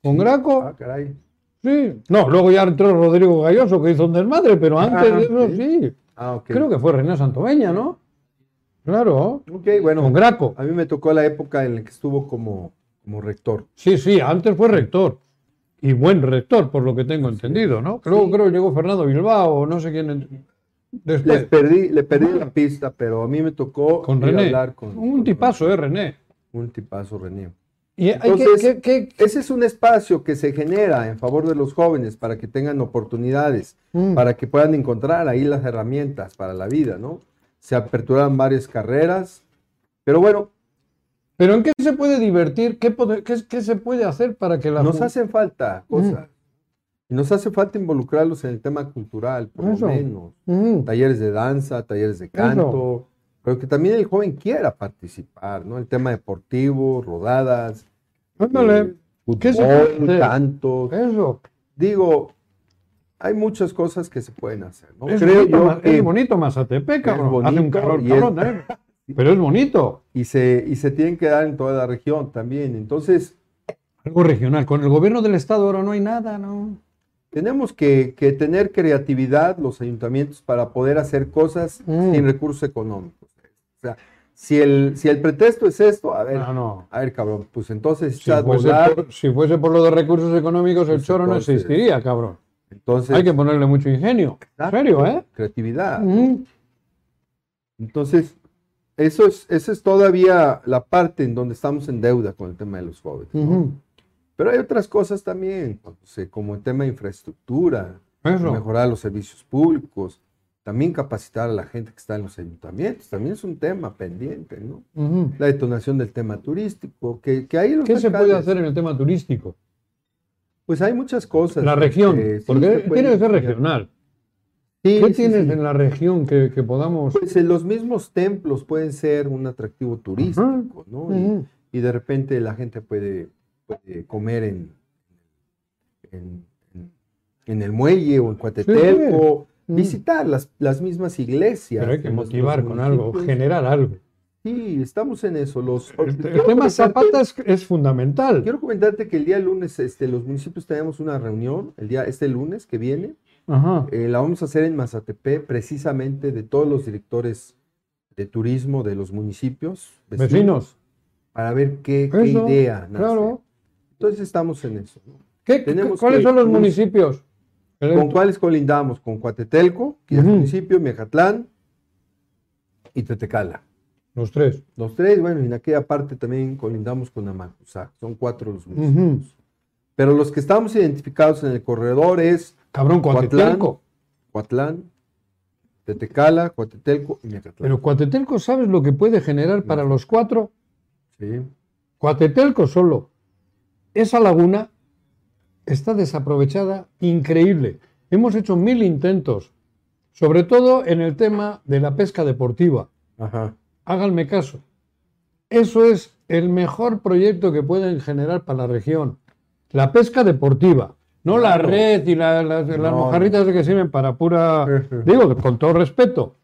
Con
Ah,
Graco,
caray.
sí. No, luego ya entró Rodrigo Galloso, que hizo un desmadre, pero antes de eso
sí.
sí.
Ah, ok.
Creo que fue René Santomeña, ¿no? Claro.
Ok, bueno.
Con Graco.
A mí me tocó la época en la que estuvo como, como rector.
Sí, sí, antes fue rector. Y buen rector, por lo que tengo entendido, ¿no? Luego creo que llegó Fernando Bilbao, o no sé quién. en-
Les
Después,
perdí, le perdí la pista, pero a mí me tocó
Pues, con
ir a
René.
hablar con
Un tipazo, ¿eh, René?
Un tipazo, René.
Y hay que-
Entonces-
que- que-
Ese es un espacio que se genera en favor de los jóvenes para que tengan oportunidades,
Mm.
para que puedan encontrar ahí las herramientas para la vida, ¿no? Se aperturaron varias carreras, pero bueno,
Pero ¿en qué se puede divertir? ¿Qué, pode- qué- qué se puede hacer para que la
nos
ju-
hacen falta cosas. Y nos hace falta involucrarlos en el tema cultural, por
Eso.
lo menos.
Mm,
talleres de danza, talleres de canto, pero que también el joven quiera participar, ¿no? El tema deportivo, rodadas,
ándale,
eh,
¿qué se
fútbol,
puede hacer?
canto.
Eso.
Digo, hay muchas cosas que se pueden hacer, ¿no?
Es
Creo
bonito,
yo
Ma-
que
es bonito Mazatepec,
es
cabrón. Hace un
bonito
calor,
y es-
cabrón, también, Pero es bonito.
y se y se tienen que dar en toda la región también. Entonces,
Algo regional. Con el gobierno del estado ahora no hay nada, ¿no?
tenemos que, que tener creatividad los ayuntamientos para poder hacer cosas
Mm.
sin recursos económicos. O sea, si el, si el pretexto es esto, a ver,
No, Ah, no.
a ver, cabrón, pues entonces
Si
echa a
fuese,
volar,
por, si fuese por lo de recursos económicos, el
Pues
choro no
entonces-
existiría, cabrón.
entonces
Hay que ponerle mucho ingenio. En
Exacto.
serio, ¿eh?
creatividad.
Mm,
Entonces, eso es, esa es todavía la parte en donde estamos en deuda con el tema de los jóvenes. ¿no?
ujú.
Pero hay otras cosas también, o sea, como el tema de infraestructura,
Eso.
mejorar los servicios públicos, también capacitar a la gente que está en los ayuntamientos, también es un tema pendiente, ¿no?
Ujú.
La detonación del tema turístico, que, que ahí los
¿Qué se puede
alcaldes-
hacer en el tema turístico?
Pues hay muchas cosas.
La región.
que sí se
Porque
pueden
tiene que ser
estudiar.
regional.
Sí,
¿Qué
sí,
tienes
sí.
en la región que, que podamos?
Pues eh, los mismos templos pueden ser un atractivo turístico, ¿no? Y-
Ujú.
y de repente la gente puede, puede comer en, en, en- en el muelle o en Cuatetelco,
Mm.
visitar las, las mismas iglesias.
Pero hay que
de nuestros
motivar con algo,
municipios.
generar algo.
Sí, estamos en eso. Los,
El, el
quiero
tema
comentarte-
Zapata es, es fundamental.
Quiero comentarte que el día lunes este, los municipios tenemos una reunión, el día este lunes que viene,
Ajá.
Eh, la vamos a hacer en Mazatepec, precisamente de todos los directores de turismo de los municipios vecinos,
Vecinos.
para ver qué, qué
Eso,
idea nace.
Claro.
Entonces estamos en eso. ¿no?
¿Qué-
Tenemos
¿Cuáles
que-
son los
tenemos-
municipios?
¿Con cuáles colindamos? Con Coatetelco, que es
Ujú.
municipio, Miajatlán y Tetecala.
Los tres.
Los tres, bueno, y en aquella parte también colindamos con Amacuzac. Son cuatro los municipios. Pero los que estamos identificados en el corredor es
Cabrón, Coatetelco.
Coatlán, Tetecala, Coatetelco y Miajatlán.
Pero Coatetelco, ¿sabes lo que puede generar para los cuatro?
Sí.
Coatetelco solo. Esa laguna está desaprovechada increíble. Hemos hecho mil intentos, sobre todo en el tema de la pesca deportiva.
Ajá.
Háganme caso. Eso es el mejor proyecto que pueden generar para la región. La pesca deportiva, no la
Claro.
red y la- la- las
No,
mojarritas que sirven para pura...
Ujú.
Digo, con todo respeto,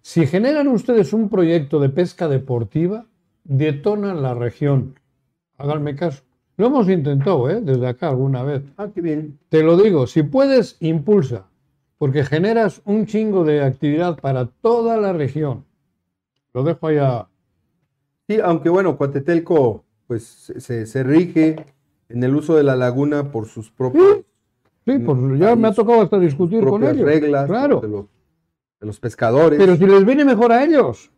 si generan ustedes un proyecto de pesca deportiva, detonan la región. Háganme caso. Lo hemos intentado, ¿eh? Desde acá alguna vez.
Ah, qué bien.
Te lo digo, si puedes, impulsa, porque generas un chingo de actividad para toda la región. Lo dejo allá.
Sí, aunque bueno, Coatetelco pues se, se rige en el uso de la laguna por sus propios-
Sí,
Mm,
por- ya
ahí
me ha
es-
tocado hasta discutir con
propias
ellos.
reglas
claro,
de, los, de los pescadores.
pero si les viene mejor a ellos.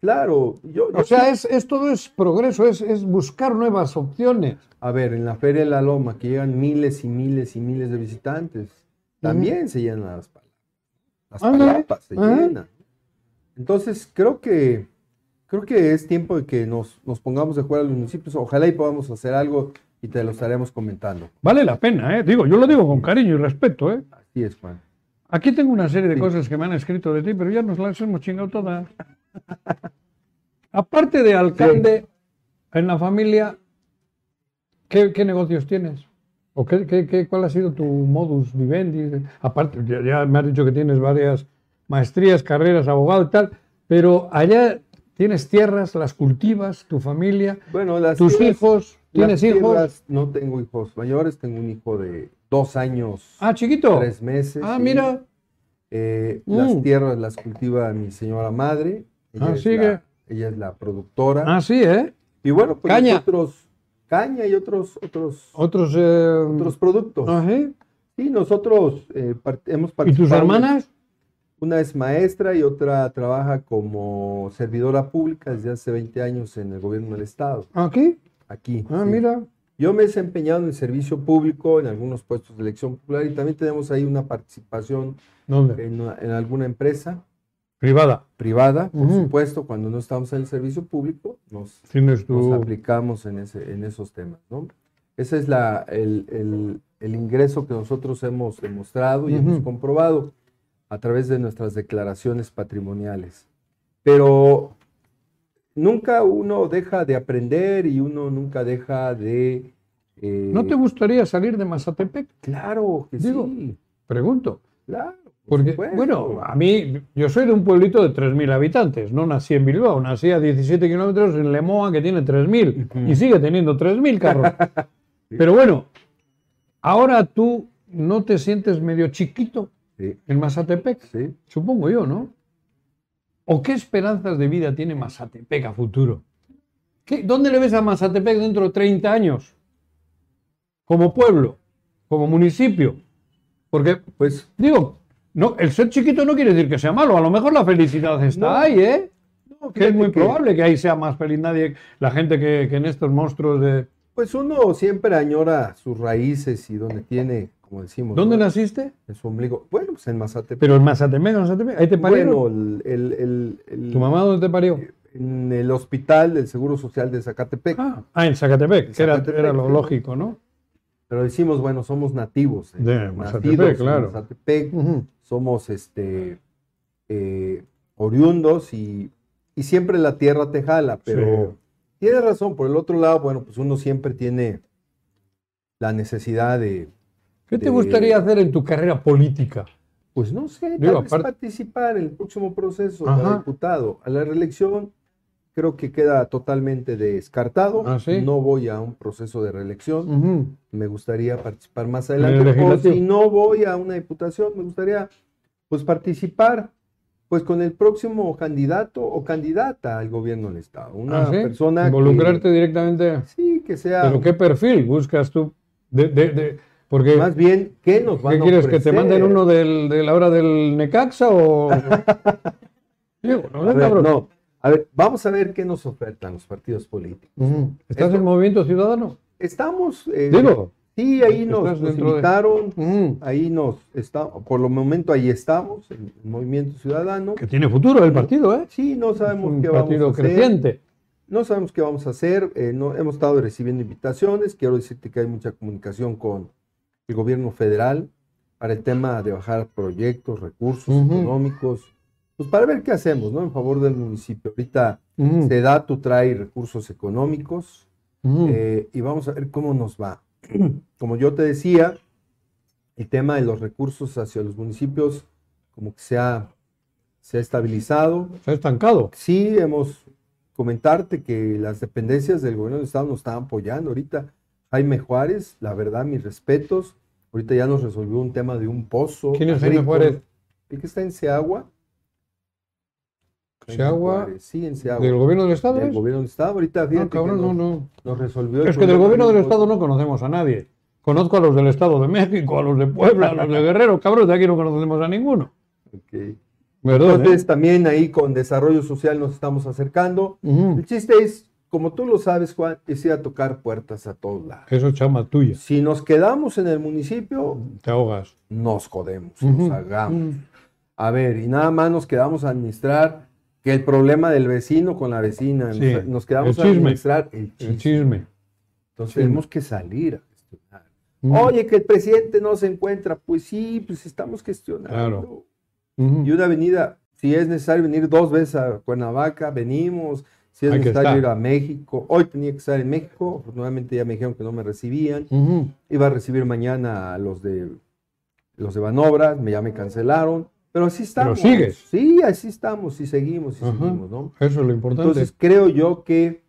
claclaro, yo, yo-
O sea, es, es todo es progreso, es, es buscar nuevas opciones.
a ver, en la Feria de la Loma que llegan miles y miles y miles de visitantes, también se llenan las palapas. Las
Ándale,
palapas se
ajá.
llenan. Entonces, creo que creo que es tiempo de que nos, nos pongamos de acuerdo a los municipios. Ojalá y podamos hacer algo y te lo estaremos comentando.
Vale la pena, ¿eh? Digo, yo lo digo con cariño y respeto, ¿eh?
Así es, Juan.
Aquí tengo una serie de
Sí.
cosas que me han escrito de ti, pero ya nos las hemos chingado todas. Aparte de alcalde, en la familia, ¿qué, qué negocios tienes? ¿O qué, qué- qué- cuál ha sido tu modus vivendi? Aparte, ya, ya me has dicho que tienes varias maestrías, carreras, abogado y tal, pero allá tienes tierras, las cultivas, tu familia,
Bueno, las
tus
tierras-
hijos,
las
¿tienes hijos?
tierras, No tengo hijos mayores, tengo un hijo de dos años,
Ah, chiquito.
tres meses.
Ah,
sí.
mira.
Eh,
Mm.
Las tierras las cultiva mi señora madre. Ella,
Ah,
es,
sigue.
la, ella es la productora.
Ah, sí, ¿eh?
y bueno, pues
caña.
nosotros, caña y otros, otros,
Otros... eh,
otros productos.
ajá.
Y nosotros eh, par- hemos
¿Y tus
participado.
hermanas?
Una es maestra y otra trabaja como servidora pública desde hace 20 años en el gobierno del estado,
¿Aquí?
aquí.
Ah,
sí.
mira.
Yo me he desempeñado en el servicio público, en algunos puestos de elección popular y también tenemos ahí una participación
¿Dónde?
en, una- en alguna empresa
Privada.
privada, por
Ujú.
supuesto, cuando no estamos en el servicio público, nos,
Tienes
nos
tu...
aplicamos en, ese, en esos temas, ¿no? Ese es la, el, el- el ingreso que nosotros hemos demostrado y hemos
Ujú.
comprobado a través de nuestras declaraciones patrimoniales. Pero nunca uno deja de aprender y uno nunca deja de... eh,
¿No te gustaría salir de Mazatepec?
Claro que
Digo,
sí,
Pregunto.
claro. por
Porque,
supuesto.
bueno, a mí, yo soy de un pueblito de 3.000 habitantes. No nací en Bilbao, nací a 17 kilómetros en Lemoa, que tiene 3.000.
Ujú.
Y sigue teniendo 3.000, carros. Pero bueno, ahora tú no te sientes medio chiquito
Sí,
en Mazatepec.
sí.
Supongo yo, ¿no? ¿O qué esperanzas de vida tiene Mazatepec a futuro? ¿Qué- ¿Dónde le ves a Mazatepec dentro de 30 años? Como pueblo, como municipio. Porque,
Pues
digo, no, el ser chiquito no quiere decir que sea malo. A lo mejor la felicidad está
No.
ahí, ¿eh?
no,
Que es
fíjate
muy
que-
probable que ahí sea más feliz nadie, la gente que, que en estos monstruos de...
Pues uno siempre añora sus raíces y donde tiene, como decimos,
¿Dónde
¿no?
naciste?
en su ombligo. Bueno, pues en Mazatepec.
Pero en Mazatepec, en Mazatepec. Ahí te parieron.
bueno, eh, el, el- el- el-
¿Tu mamá dónde te parió?
en el hospital del Seguro Social de Zacatepec.
Ah, ah, en Zacatepec,
En
que era,
Zacatepec,
era lo
sí.
lógico, ¿no?
Pero decimos, bueno, somos nativos. eh,
De
nacidos
Mazatepec,
en
claro.
Mazatepec, somos este eh, oriundos y, y siempre la tierra te jala, pero tienes razón, por el otro lado, bueno, pues uno siempre tiene la necesidad de,
¿Qué te
de-
gustaría hacer en tu carrera política?
Pues no sé, tal
Digo,
vez
aparte-
participar en el próximo proceso
Ajá.
para diputado. A la reelección creo que queda totalmente descartado.
Ah, ¿sí?
No voy a un proceso de reelección.
Ujú.
Me gustaría participar más
el
adelante. O
legislativo.
si no voy a una diputación, me gustaría pues participar pues con el próximo candidato o candidata al gobierno del estado. Una
Ah, ¿sí?
persona que-
Involucrarte directamente.
sí, que sea
¿Pero qué perfil buscas tú? De, de- de- porque,
más bien que nos van
¿qué
a
quieres? ¿Que te
ofrecer?
manden uno del- de la hora del Necaxa o...? Digo, no,
A ver,
cabrón.
no. A ver, vamos a ver qué nos ofertan los partidos políticos.
Ujú. ¿Estás
Esto-
en Movimiento Ciudadano?
Estamos, eh,
Digo.
sí, ahí nos,
Estás
nos
dentro de-
invitaron,
Ujú.
ahí nos está, por lo momento ahí estamos, en el Movimiento Ciudadano.
Que tiene futuro el partido, ¿eh?
Sí, no
un
sabemos qué vamos a
partido
hacer.
creciente.
No sabemos qué vamos a hacer. eh, no, hemos estado recibiendo invitaciones. Quiero decirte que hay mucha comunicación con el gobierno federal para el tema de bajar proyectos, recursos
Ujú.
económicos, pues para ver qué hacemos, ¿no? En favor del municipio. Ahorita
Ujú.
SEDATU trae recursos económicos.
Ujú.
Eh, y vamos a ver cómo nos va. Como yo te decía, el tema de los recursos hacia los municipios como que se ha, se ha estabilizado.
Se ha estancado.
Sí, hemos comentarte que las dependencias del gobierno del estado nos están apoyando ahorita. Jaime Juárez, la verdad, mis respetos. Ahorita ya nos resolvió un tema de un pozo.
¿Quién es Jaime
agrícola.
Juárez?
El que está en Seagua. Jaime
Seagua,
Juárez, Sí, en Seagua.
¿Del gobierno del Estado?
Del
es?
gobierno del estado. Ahorita, fíjate
No, cabrón,
que nos,
no, no.
nos resolvió. el
Es que del
problema
gobierno del
un pozo.
Estado no conocemos a nadie. Conozco a los del Estado de México, a los de Puebla, a los de Guerrero, cabrón, de aquí no conocemos a ninguno.
Ok.
¿Verdad? eh?
Entonces también ahí con desarrollo social nos estamos acercando. El chiste es, como tú lo sabes, Juan, es ir a tocar puertas a todos lados.
Eso es chama tuya,
Si nos quedamos en el municipio,
te ahogas.
nos jodemos,
Ujú.
nos hagamos. A ver, y nada más nos quedamos a administrar que el problema del vecino con la vecina,
Sí,
nos- nos quedamos
el
a
chisme.
administrar el chisme.
El chisme.
Entonces
chisme.
tenemos que salir a gestionar.
Mm.
Oye, que el presidente no se encuentra, pues sí, pues estamos gestionando.
Claro. Ujú.
Y una avenida, si es necesario venir dos veces a Cuernavaca, venimos. Si es
Hay que
necesario
estar.
ir a México, hoy tenía que estar en México, afortunadamente ya me dijeron que no me recibían.
Ujú.
Iba a recibir mañana a los de los de Banobras, me, ya me cancelaron. Pero así estamos.
sigues.
Sí, así estamos, y seguimos, y
Ajá.
seguimos, ¿no?
Eso es lo importante.
Entonces creo yo que,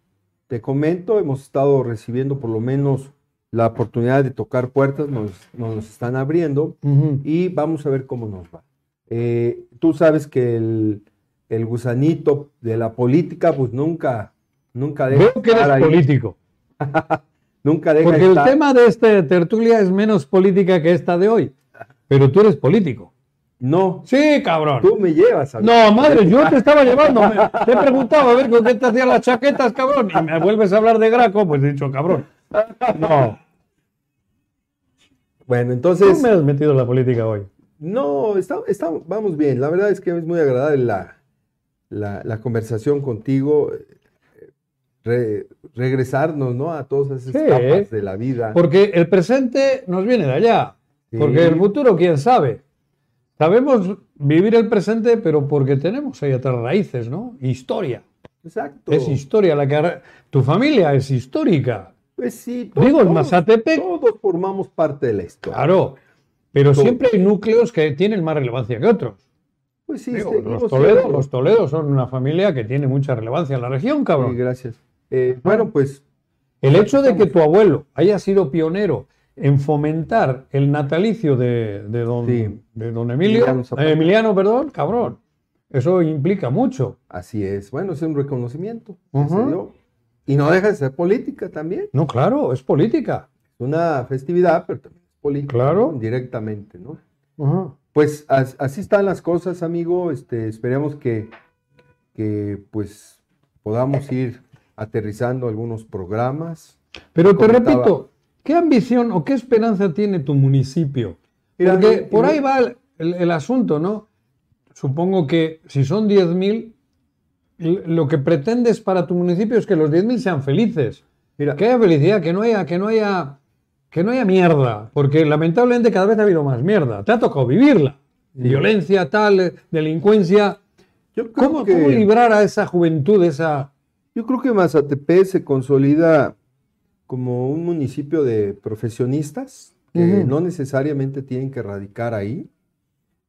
te comento, hemos estado recibiendo por lo menos la oportunidad de tocar puertas, nos, nos los están abriendo
Ujú.
y vamos a ver cómo nos va. Eh, tú sabes que el, el gusanito de la política, pues nunca, nunca deja
Veo que eres
estar ahí,
político.
nunca deja
Porque el
estar.
tema de esta tertulia es menos política que esta de hoy. Pero tú eres político.
No,
Sí, cabrón.
tú me llevas a
No, madre, yo te estaba llevando. me- te preguntaba a ver con qué te hacían las chaquetas, cabrón. Y me vuelves a hablar de Graco, pues he dicho, cabrón. No,
Bueno,
tú
entonces,
me has metido en la política hoy.
no, está- está- vamos bien. La verdad es que es muy agradable la, la, la conversación contigo. eh, re- regresarnos, ¿no? A todas esas
Sí.
etapas de la vida.
Porque el presente nos viene de allá.
Sí.
Porque el futuro, quién sabe. Sabemos vivir el presente, pero porque tenemos ahí atrás raíces, ¿no? Historia.
Exacto.
Es historia la que. arra- Tu familia es histórica.
Pues sí,
Digo, en
todos-
Mazatepec.
Todos formamos parte de la historia.
Claro. Pero
Todo.
siempre hay núcleos que tienen más relevancia que otros.
Pues sí,
Digo,
seguimos
los, Toledo,
siendo-
los Toledo son una familia que tiene mucha relevancia en la región,
Sí,
cabrón.
gracias. Eh, bueno, pues
El hecho de que tu abuelo haya sido pionero en fomentar el natalicio de, de don,
Sí.
de don Emilio,
Emiliano Zapata.
eh, Emiliano, perdón, cabrón. Eso implica mucho.
así es. Bueno, es un reconocimiento. que
Ujú.
se dio. Y no deja de ser política también.
No, claro, es política.
Es una festividad, pero también es política.
Claro.
¿no? Directamente, ¿no?
Ajá.
Pues as- así están las cosas, amigo. Este, esperemos que, que pues podamos ir aterrizando algunos programas.
Pero te
Comentaba.
repito, ¿qué ambición o qué esperanza tiene tu municipio?
Mira,
Porque
no-
por
no-
ahí va el, el- el asunto, ¿no? Supongo que si son 10.000, l- lo que pretendes para tu municipio es que los 10.000 sean felices.
Mira,
Que haya felicidad, que no haya, que no haya, que no haya mierda. Porque lamentablemente cada vez ha habido más mierda. Te ha tocado vivirla. Violencia, tal, eh, delincuencia.
yo creo
¿Cómo,
que-
cómo librar a esa juventud, esa...
Yo creo que Mazatepec se consolida como un municipio de profesionistas que
Ujú.
no necesariamente tienen que radicar ahí,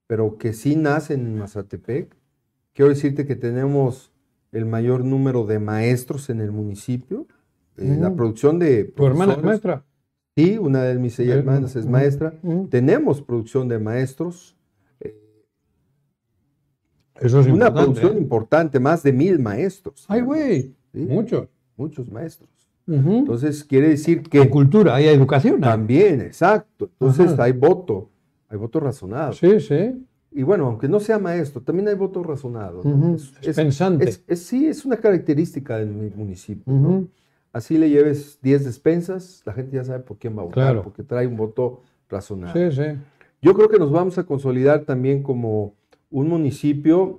pero que sí nacen en Mazatepec. Quiero decirte que tenemos el mayor número de maestros en el municipio. Eh, La
Mm.
producción de
¿Tu hermana es
profesores-
maestra?
Sí, una de mis
Eh,
hermanas es
mm,
maestra.
mm.
Tenemos producción de maestros,
Eso es
una
importante,
producción
¿eh?
importante, más de mil maestros.
Ay, güey,
Sí,
muchos.
Muchos maestros.
Ujú.
Entonces, quiere decir
Hay
que
cultura, hay educación.
también, exacto. Entonces,
Ajá.
hay voto, hay voto razonado.
Sí, sí.
Y bueno, aunque no sea maestro, también hay voto razonado. ¿no?
Ujú.
Es-
Es
es-
pensante.
es- es- sí, es una característica del mi- municipio. ¿no?
Ujú.
Así le lleves 10 despensas, la gente ya sabe por quién va a votar,
Claro.
porque trae un voto razonado.
Sí, sí.
Yo creo que nos vamos a consolidar también como un municipio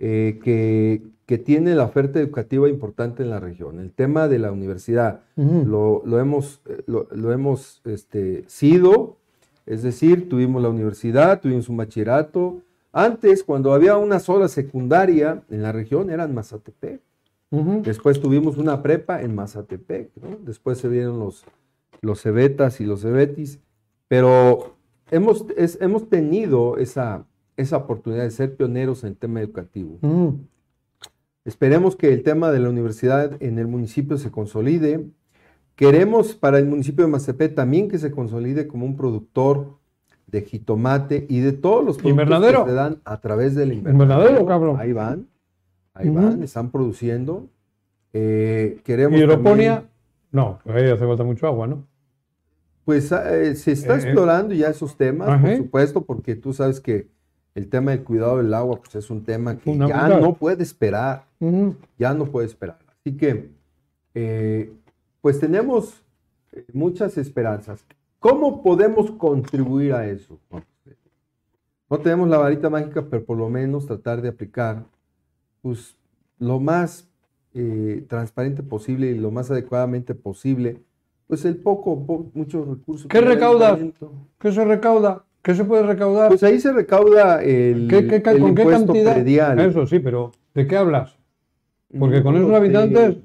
eh, que, que tiene la oferta educativa importante en la región. El tema de la universidad
Ujú.
lo, lo hemos, eh, lo, lo hemos este, sido, es decir, tuvimos la universidad, tuvimos un bachillerato. Antes, cuando había una sola secundaria en la región, era en Mazatepec.
Ujú.
Después tuvimos una prepa en Mazatepec, ¿no? Después se dieron los, los Cebetas y los Cebetis, pero hemos, es- hemos tenido esa, esa oportunidad de ser pioneros en el tema educativo.
Ujú.
Esperemos que el tema de la universidad en el municipio se consolide. Queremos para el municipio de Mazatepec también que se consolide como un productor de jitomate y de todos los productos
Invernadero.
que se dan a través del invernadero.
Invernadero, cabrón.
Ahí van, ahí
Ujú.
van, están produciendo. Eh, queremos
Hidroponía.
también-
No, pues ahí hace falta mucho agua, ¿no?
pues eh, se
Eh,
está explorando ya esos temas,
ajá.
por supuesto, porque tú sabes que el tema del cuidado del agua pues es un tema que ya
Fundamental.
no puede esperar.
Ujú.
ya no puede esperar. Así que, eh, pues tenemos eh, muchas esperanzas. ¿Cómo podemos contribuir a eso? Juan José? No tenemos la varita mágica, pero por lo menos tratar de aplicar pues, lo más eh, transparente posible y lo más adecuadamente posible, pues el poco, po- muchos recursos.
¿Qué
que da el
recaudas?
ayuntamiento.
¿Qué se recauda? ¿Qué se puede recaudar?
Pues ahí se recauda el,
¿Qué- qué ca-
el
¿Con qué
impuesto
cantidad?
predial.
Eso sí, pero ¿de qué hablas? Porque con
Mm,
esos
no sé.
habitantes,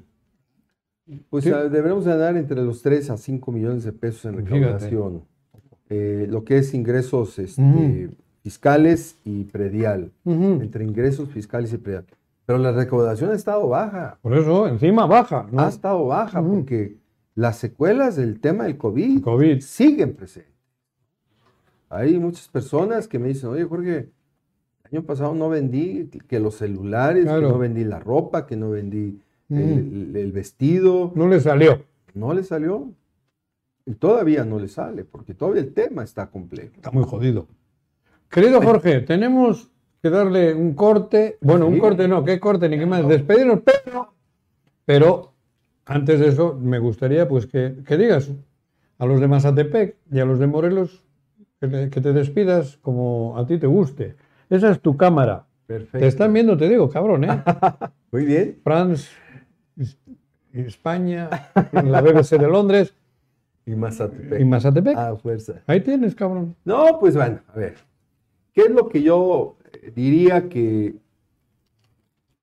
Pues
Sí.
ah, deberemos ganar entre los 3 a 5 millones de pesos en
Fíjate.
recaudación. Eh, lo que es ingresos este,
Mm.
fiscales y predial.
ujú.
Entre ingresos fiscales y predial. Pero la recaudación ha estado baja.
por eso, encima baja, ¿no?
Ha estado baja
Mm.
porque las secuelas del tema del COVID,
COVID.
siguen presentes. Hay muchas personas que me dicen, oye Jorge, el año pasado no vendí que los celulares,
Claro.
que no vendí la ropa, que no vendí el-
Mm.
el- el vestido
No le salió.
no le salió. Y todavía no le sale, porque todavía el tema está complejo.
Está muy jodido. Querido Jorge, tenemos que darle un corte. Bueno, un
Sí.
corte no, ¿qué corte? Ni qué más. Despedirnos, pero, pero antes de eso me gustaría pues que, que digas a los de Mazatepec y a los de Morelos que, te- que te despidas como a ti te guste. Esa es tu cámara.
Perfecto.
Te están viendo, te digo, cabrón, ¿eh?
Muy bien.
France, Es- España, la BBC de Londres
Y Mazatepec.
y Mazatepec.
Ah, fuerza.
Ahí tienes, cabrón.
No, pues bueno, a ver. ¿Qué es lo que yo eh, diría que,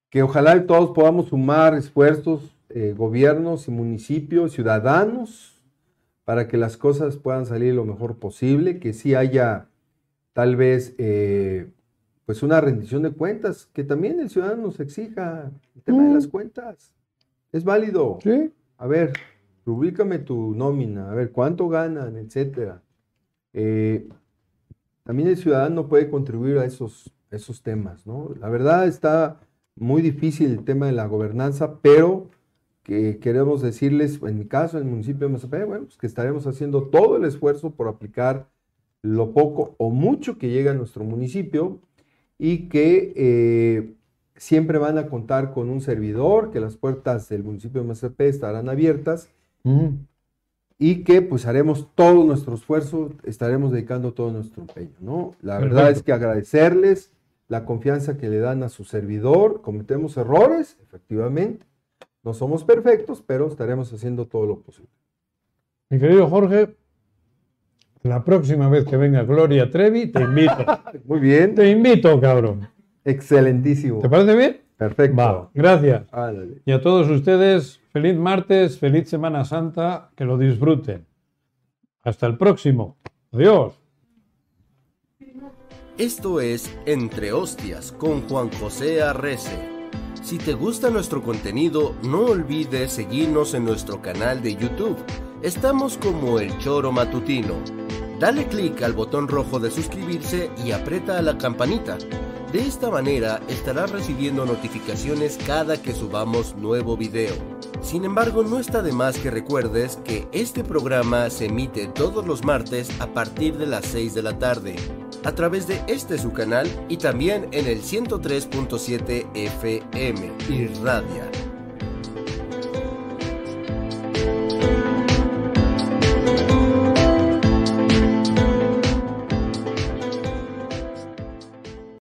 que ojalá todos podamos sumar esfuerzos, eh, gobiernos y municipios, ciudadanos, para que las cosas puedan salir lo mejor posible, que sí haya tal vez eh, pues una rendición de cuentas, que también el ciudadano nos exija el tema de las cuentas. Es válido.
Sí,
A ver, públicame tu nómina, a ver cuánto ganan, etcétera. Eh, también el ciudadano puede contribuir a esos, a esos temas, ¿no? La verdad está muy difícil el tema de la gobernanza, pero que queremos decirles, en mi caso, en el municipio de Mazapé, bueno, pues que estaremos haciendo todo el esfuerzo por aplicar lo poco o mucho que llega a nuestro municipio y que eh, siempre van a contar con un servidor, que las puertas del municipio de Mazapé estarán abiertas
Mm.
y que pues haremos todo nuestro esfuerzo, estaremos dedicando todo nuestro empeño, ¿no? La verdad
Perfecto.
es que agradecerles la confianza que le dan a su servidor, cometemos errores, efectivamente, no somos perfectos, pero estaremos haciendo todo lo posible.
Mi querido Jorge, la próxima vez que venga Gloria Trevi, te invito.
Muy bien,
te invito, cabrón.
excelentísimo,
¿Te parece bien?
perfecto.
Va, gracias.
Ándale.
Y a todos ustedes, feliz martes, feliz Semana Santa, que lo disfruten. Hasta el próximo. Adiós.
Esto es Entre Hostias con Juan José Arrece. Si te gusta nuestro contenido, no olvides seguirnos en nuestro canal de YouTube. Estamos como El Choro Matutino. Dale clic al botón rojo de suscribirse y aprieta a la campanita. De esta manera estarás recibiendo notificaciones cada que subamos nuevo video. Sin embargo, no está de más que recuerdes que este programa se emite todos los martes a partir de las 6 de la tarde a través de este su canal y también en el 103.7 FM Irradia.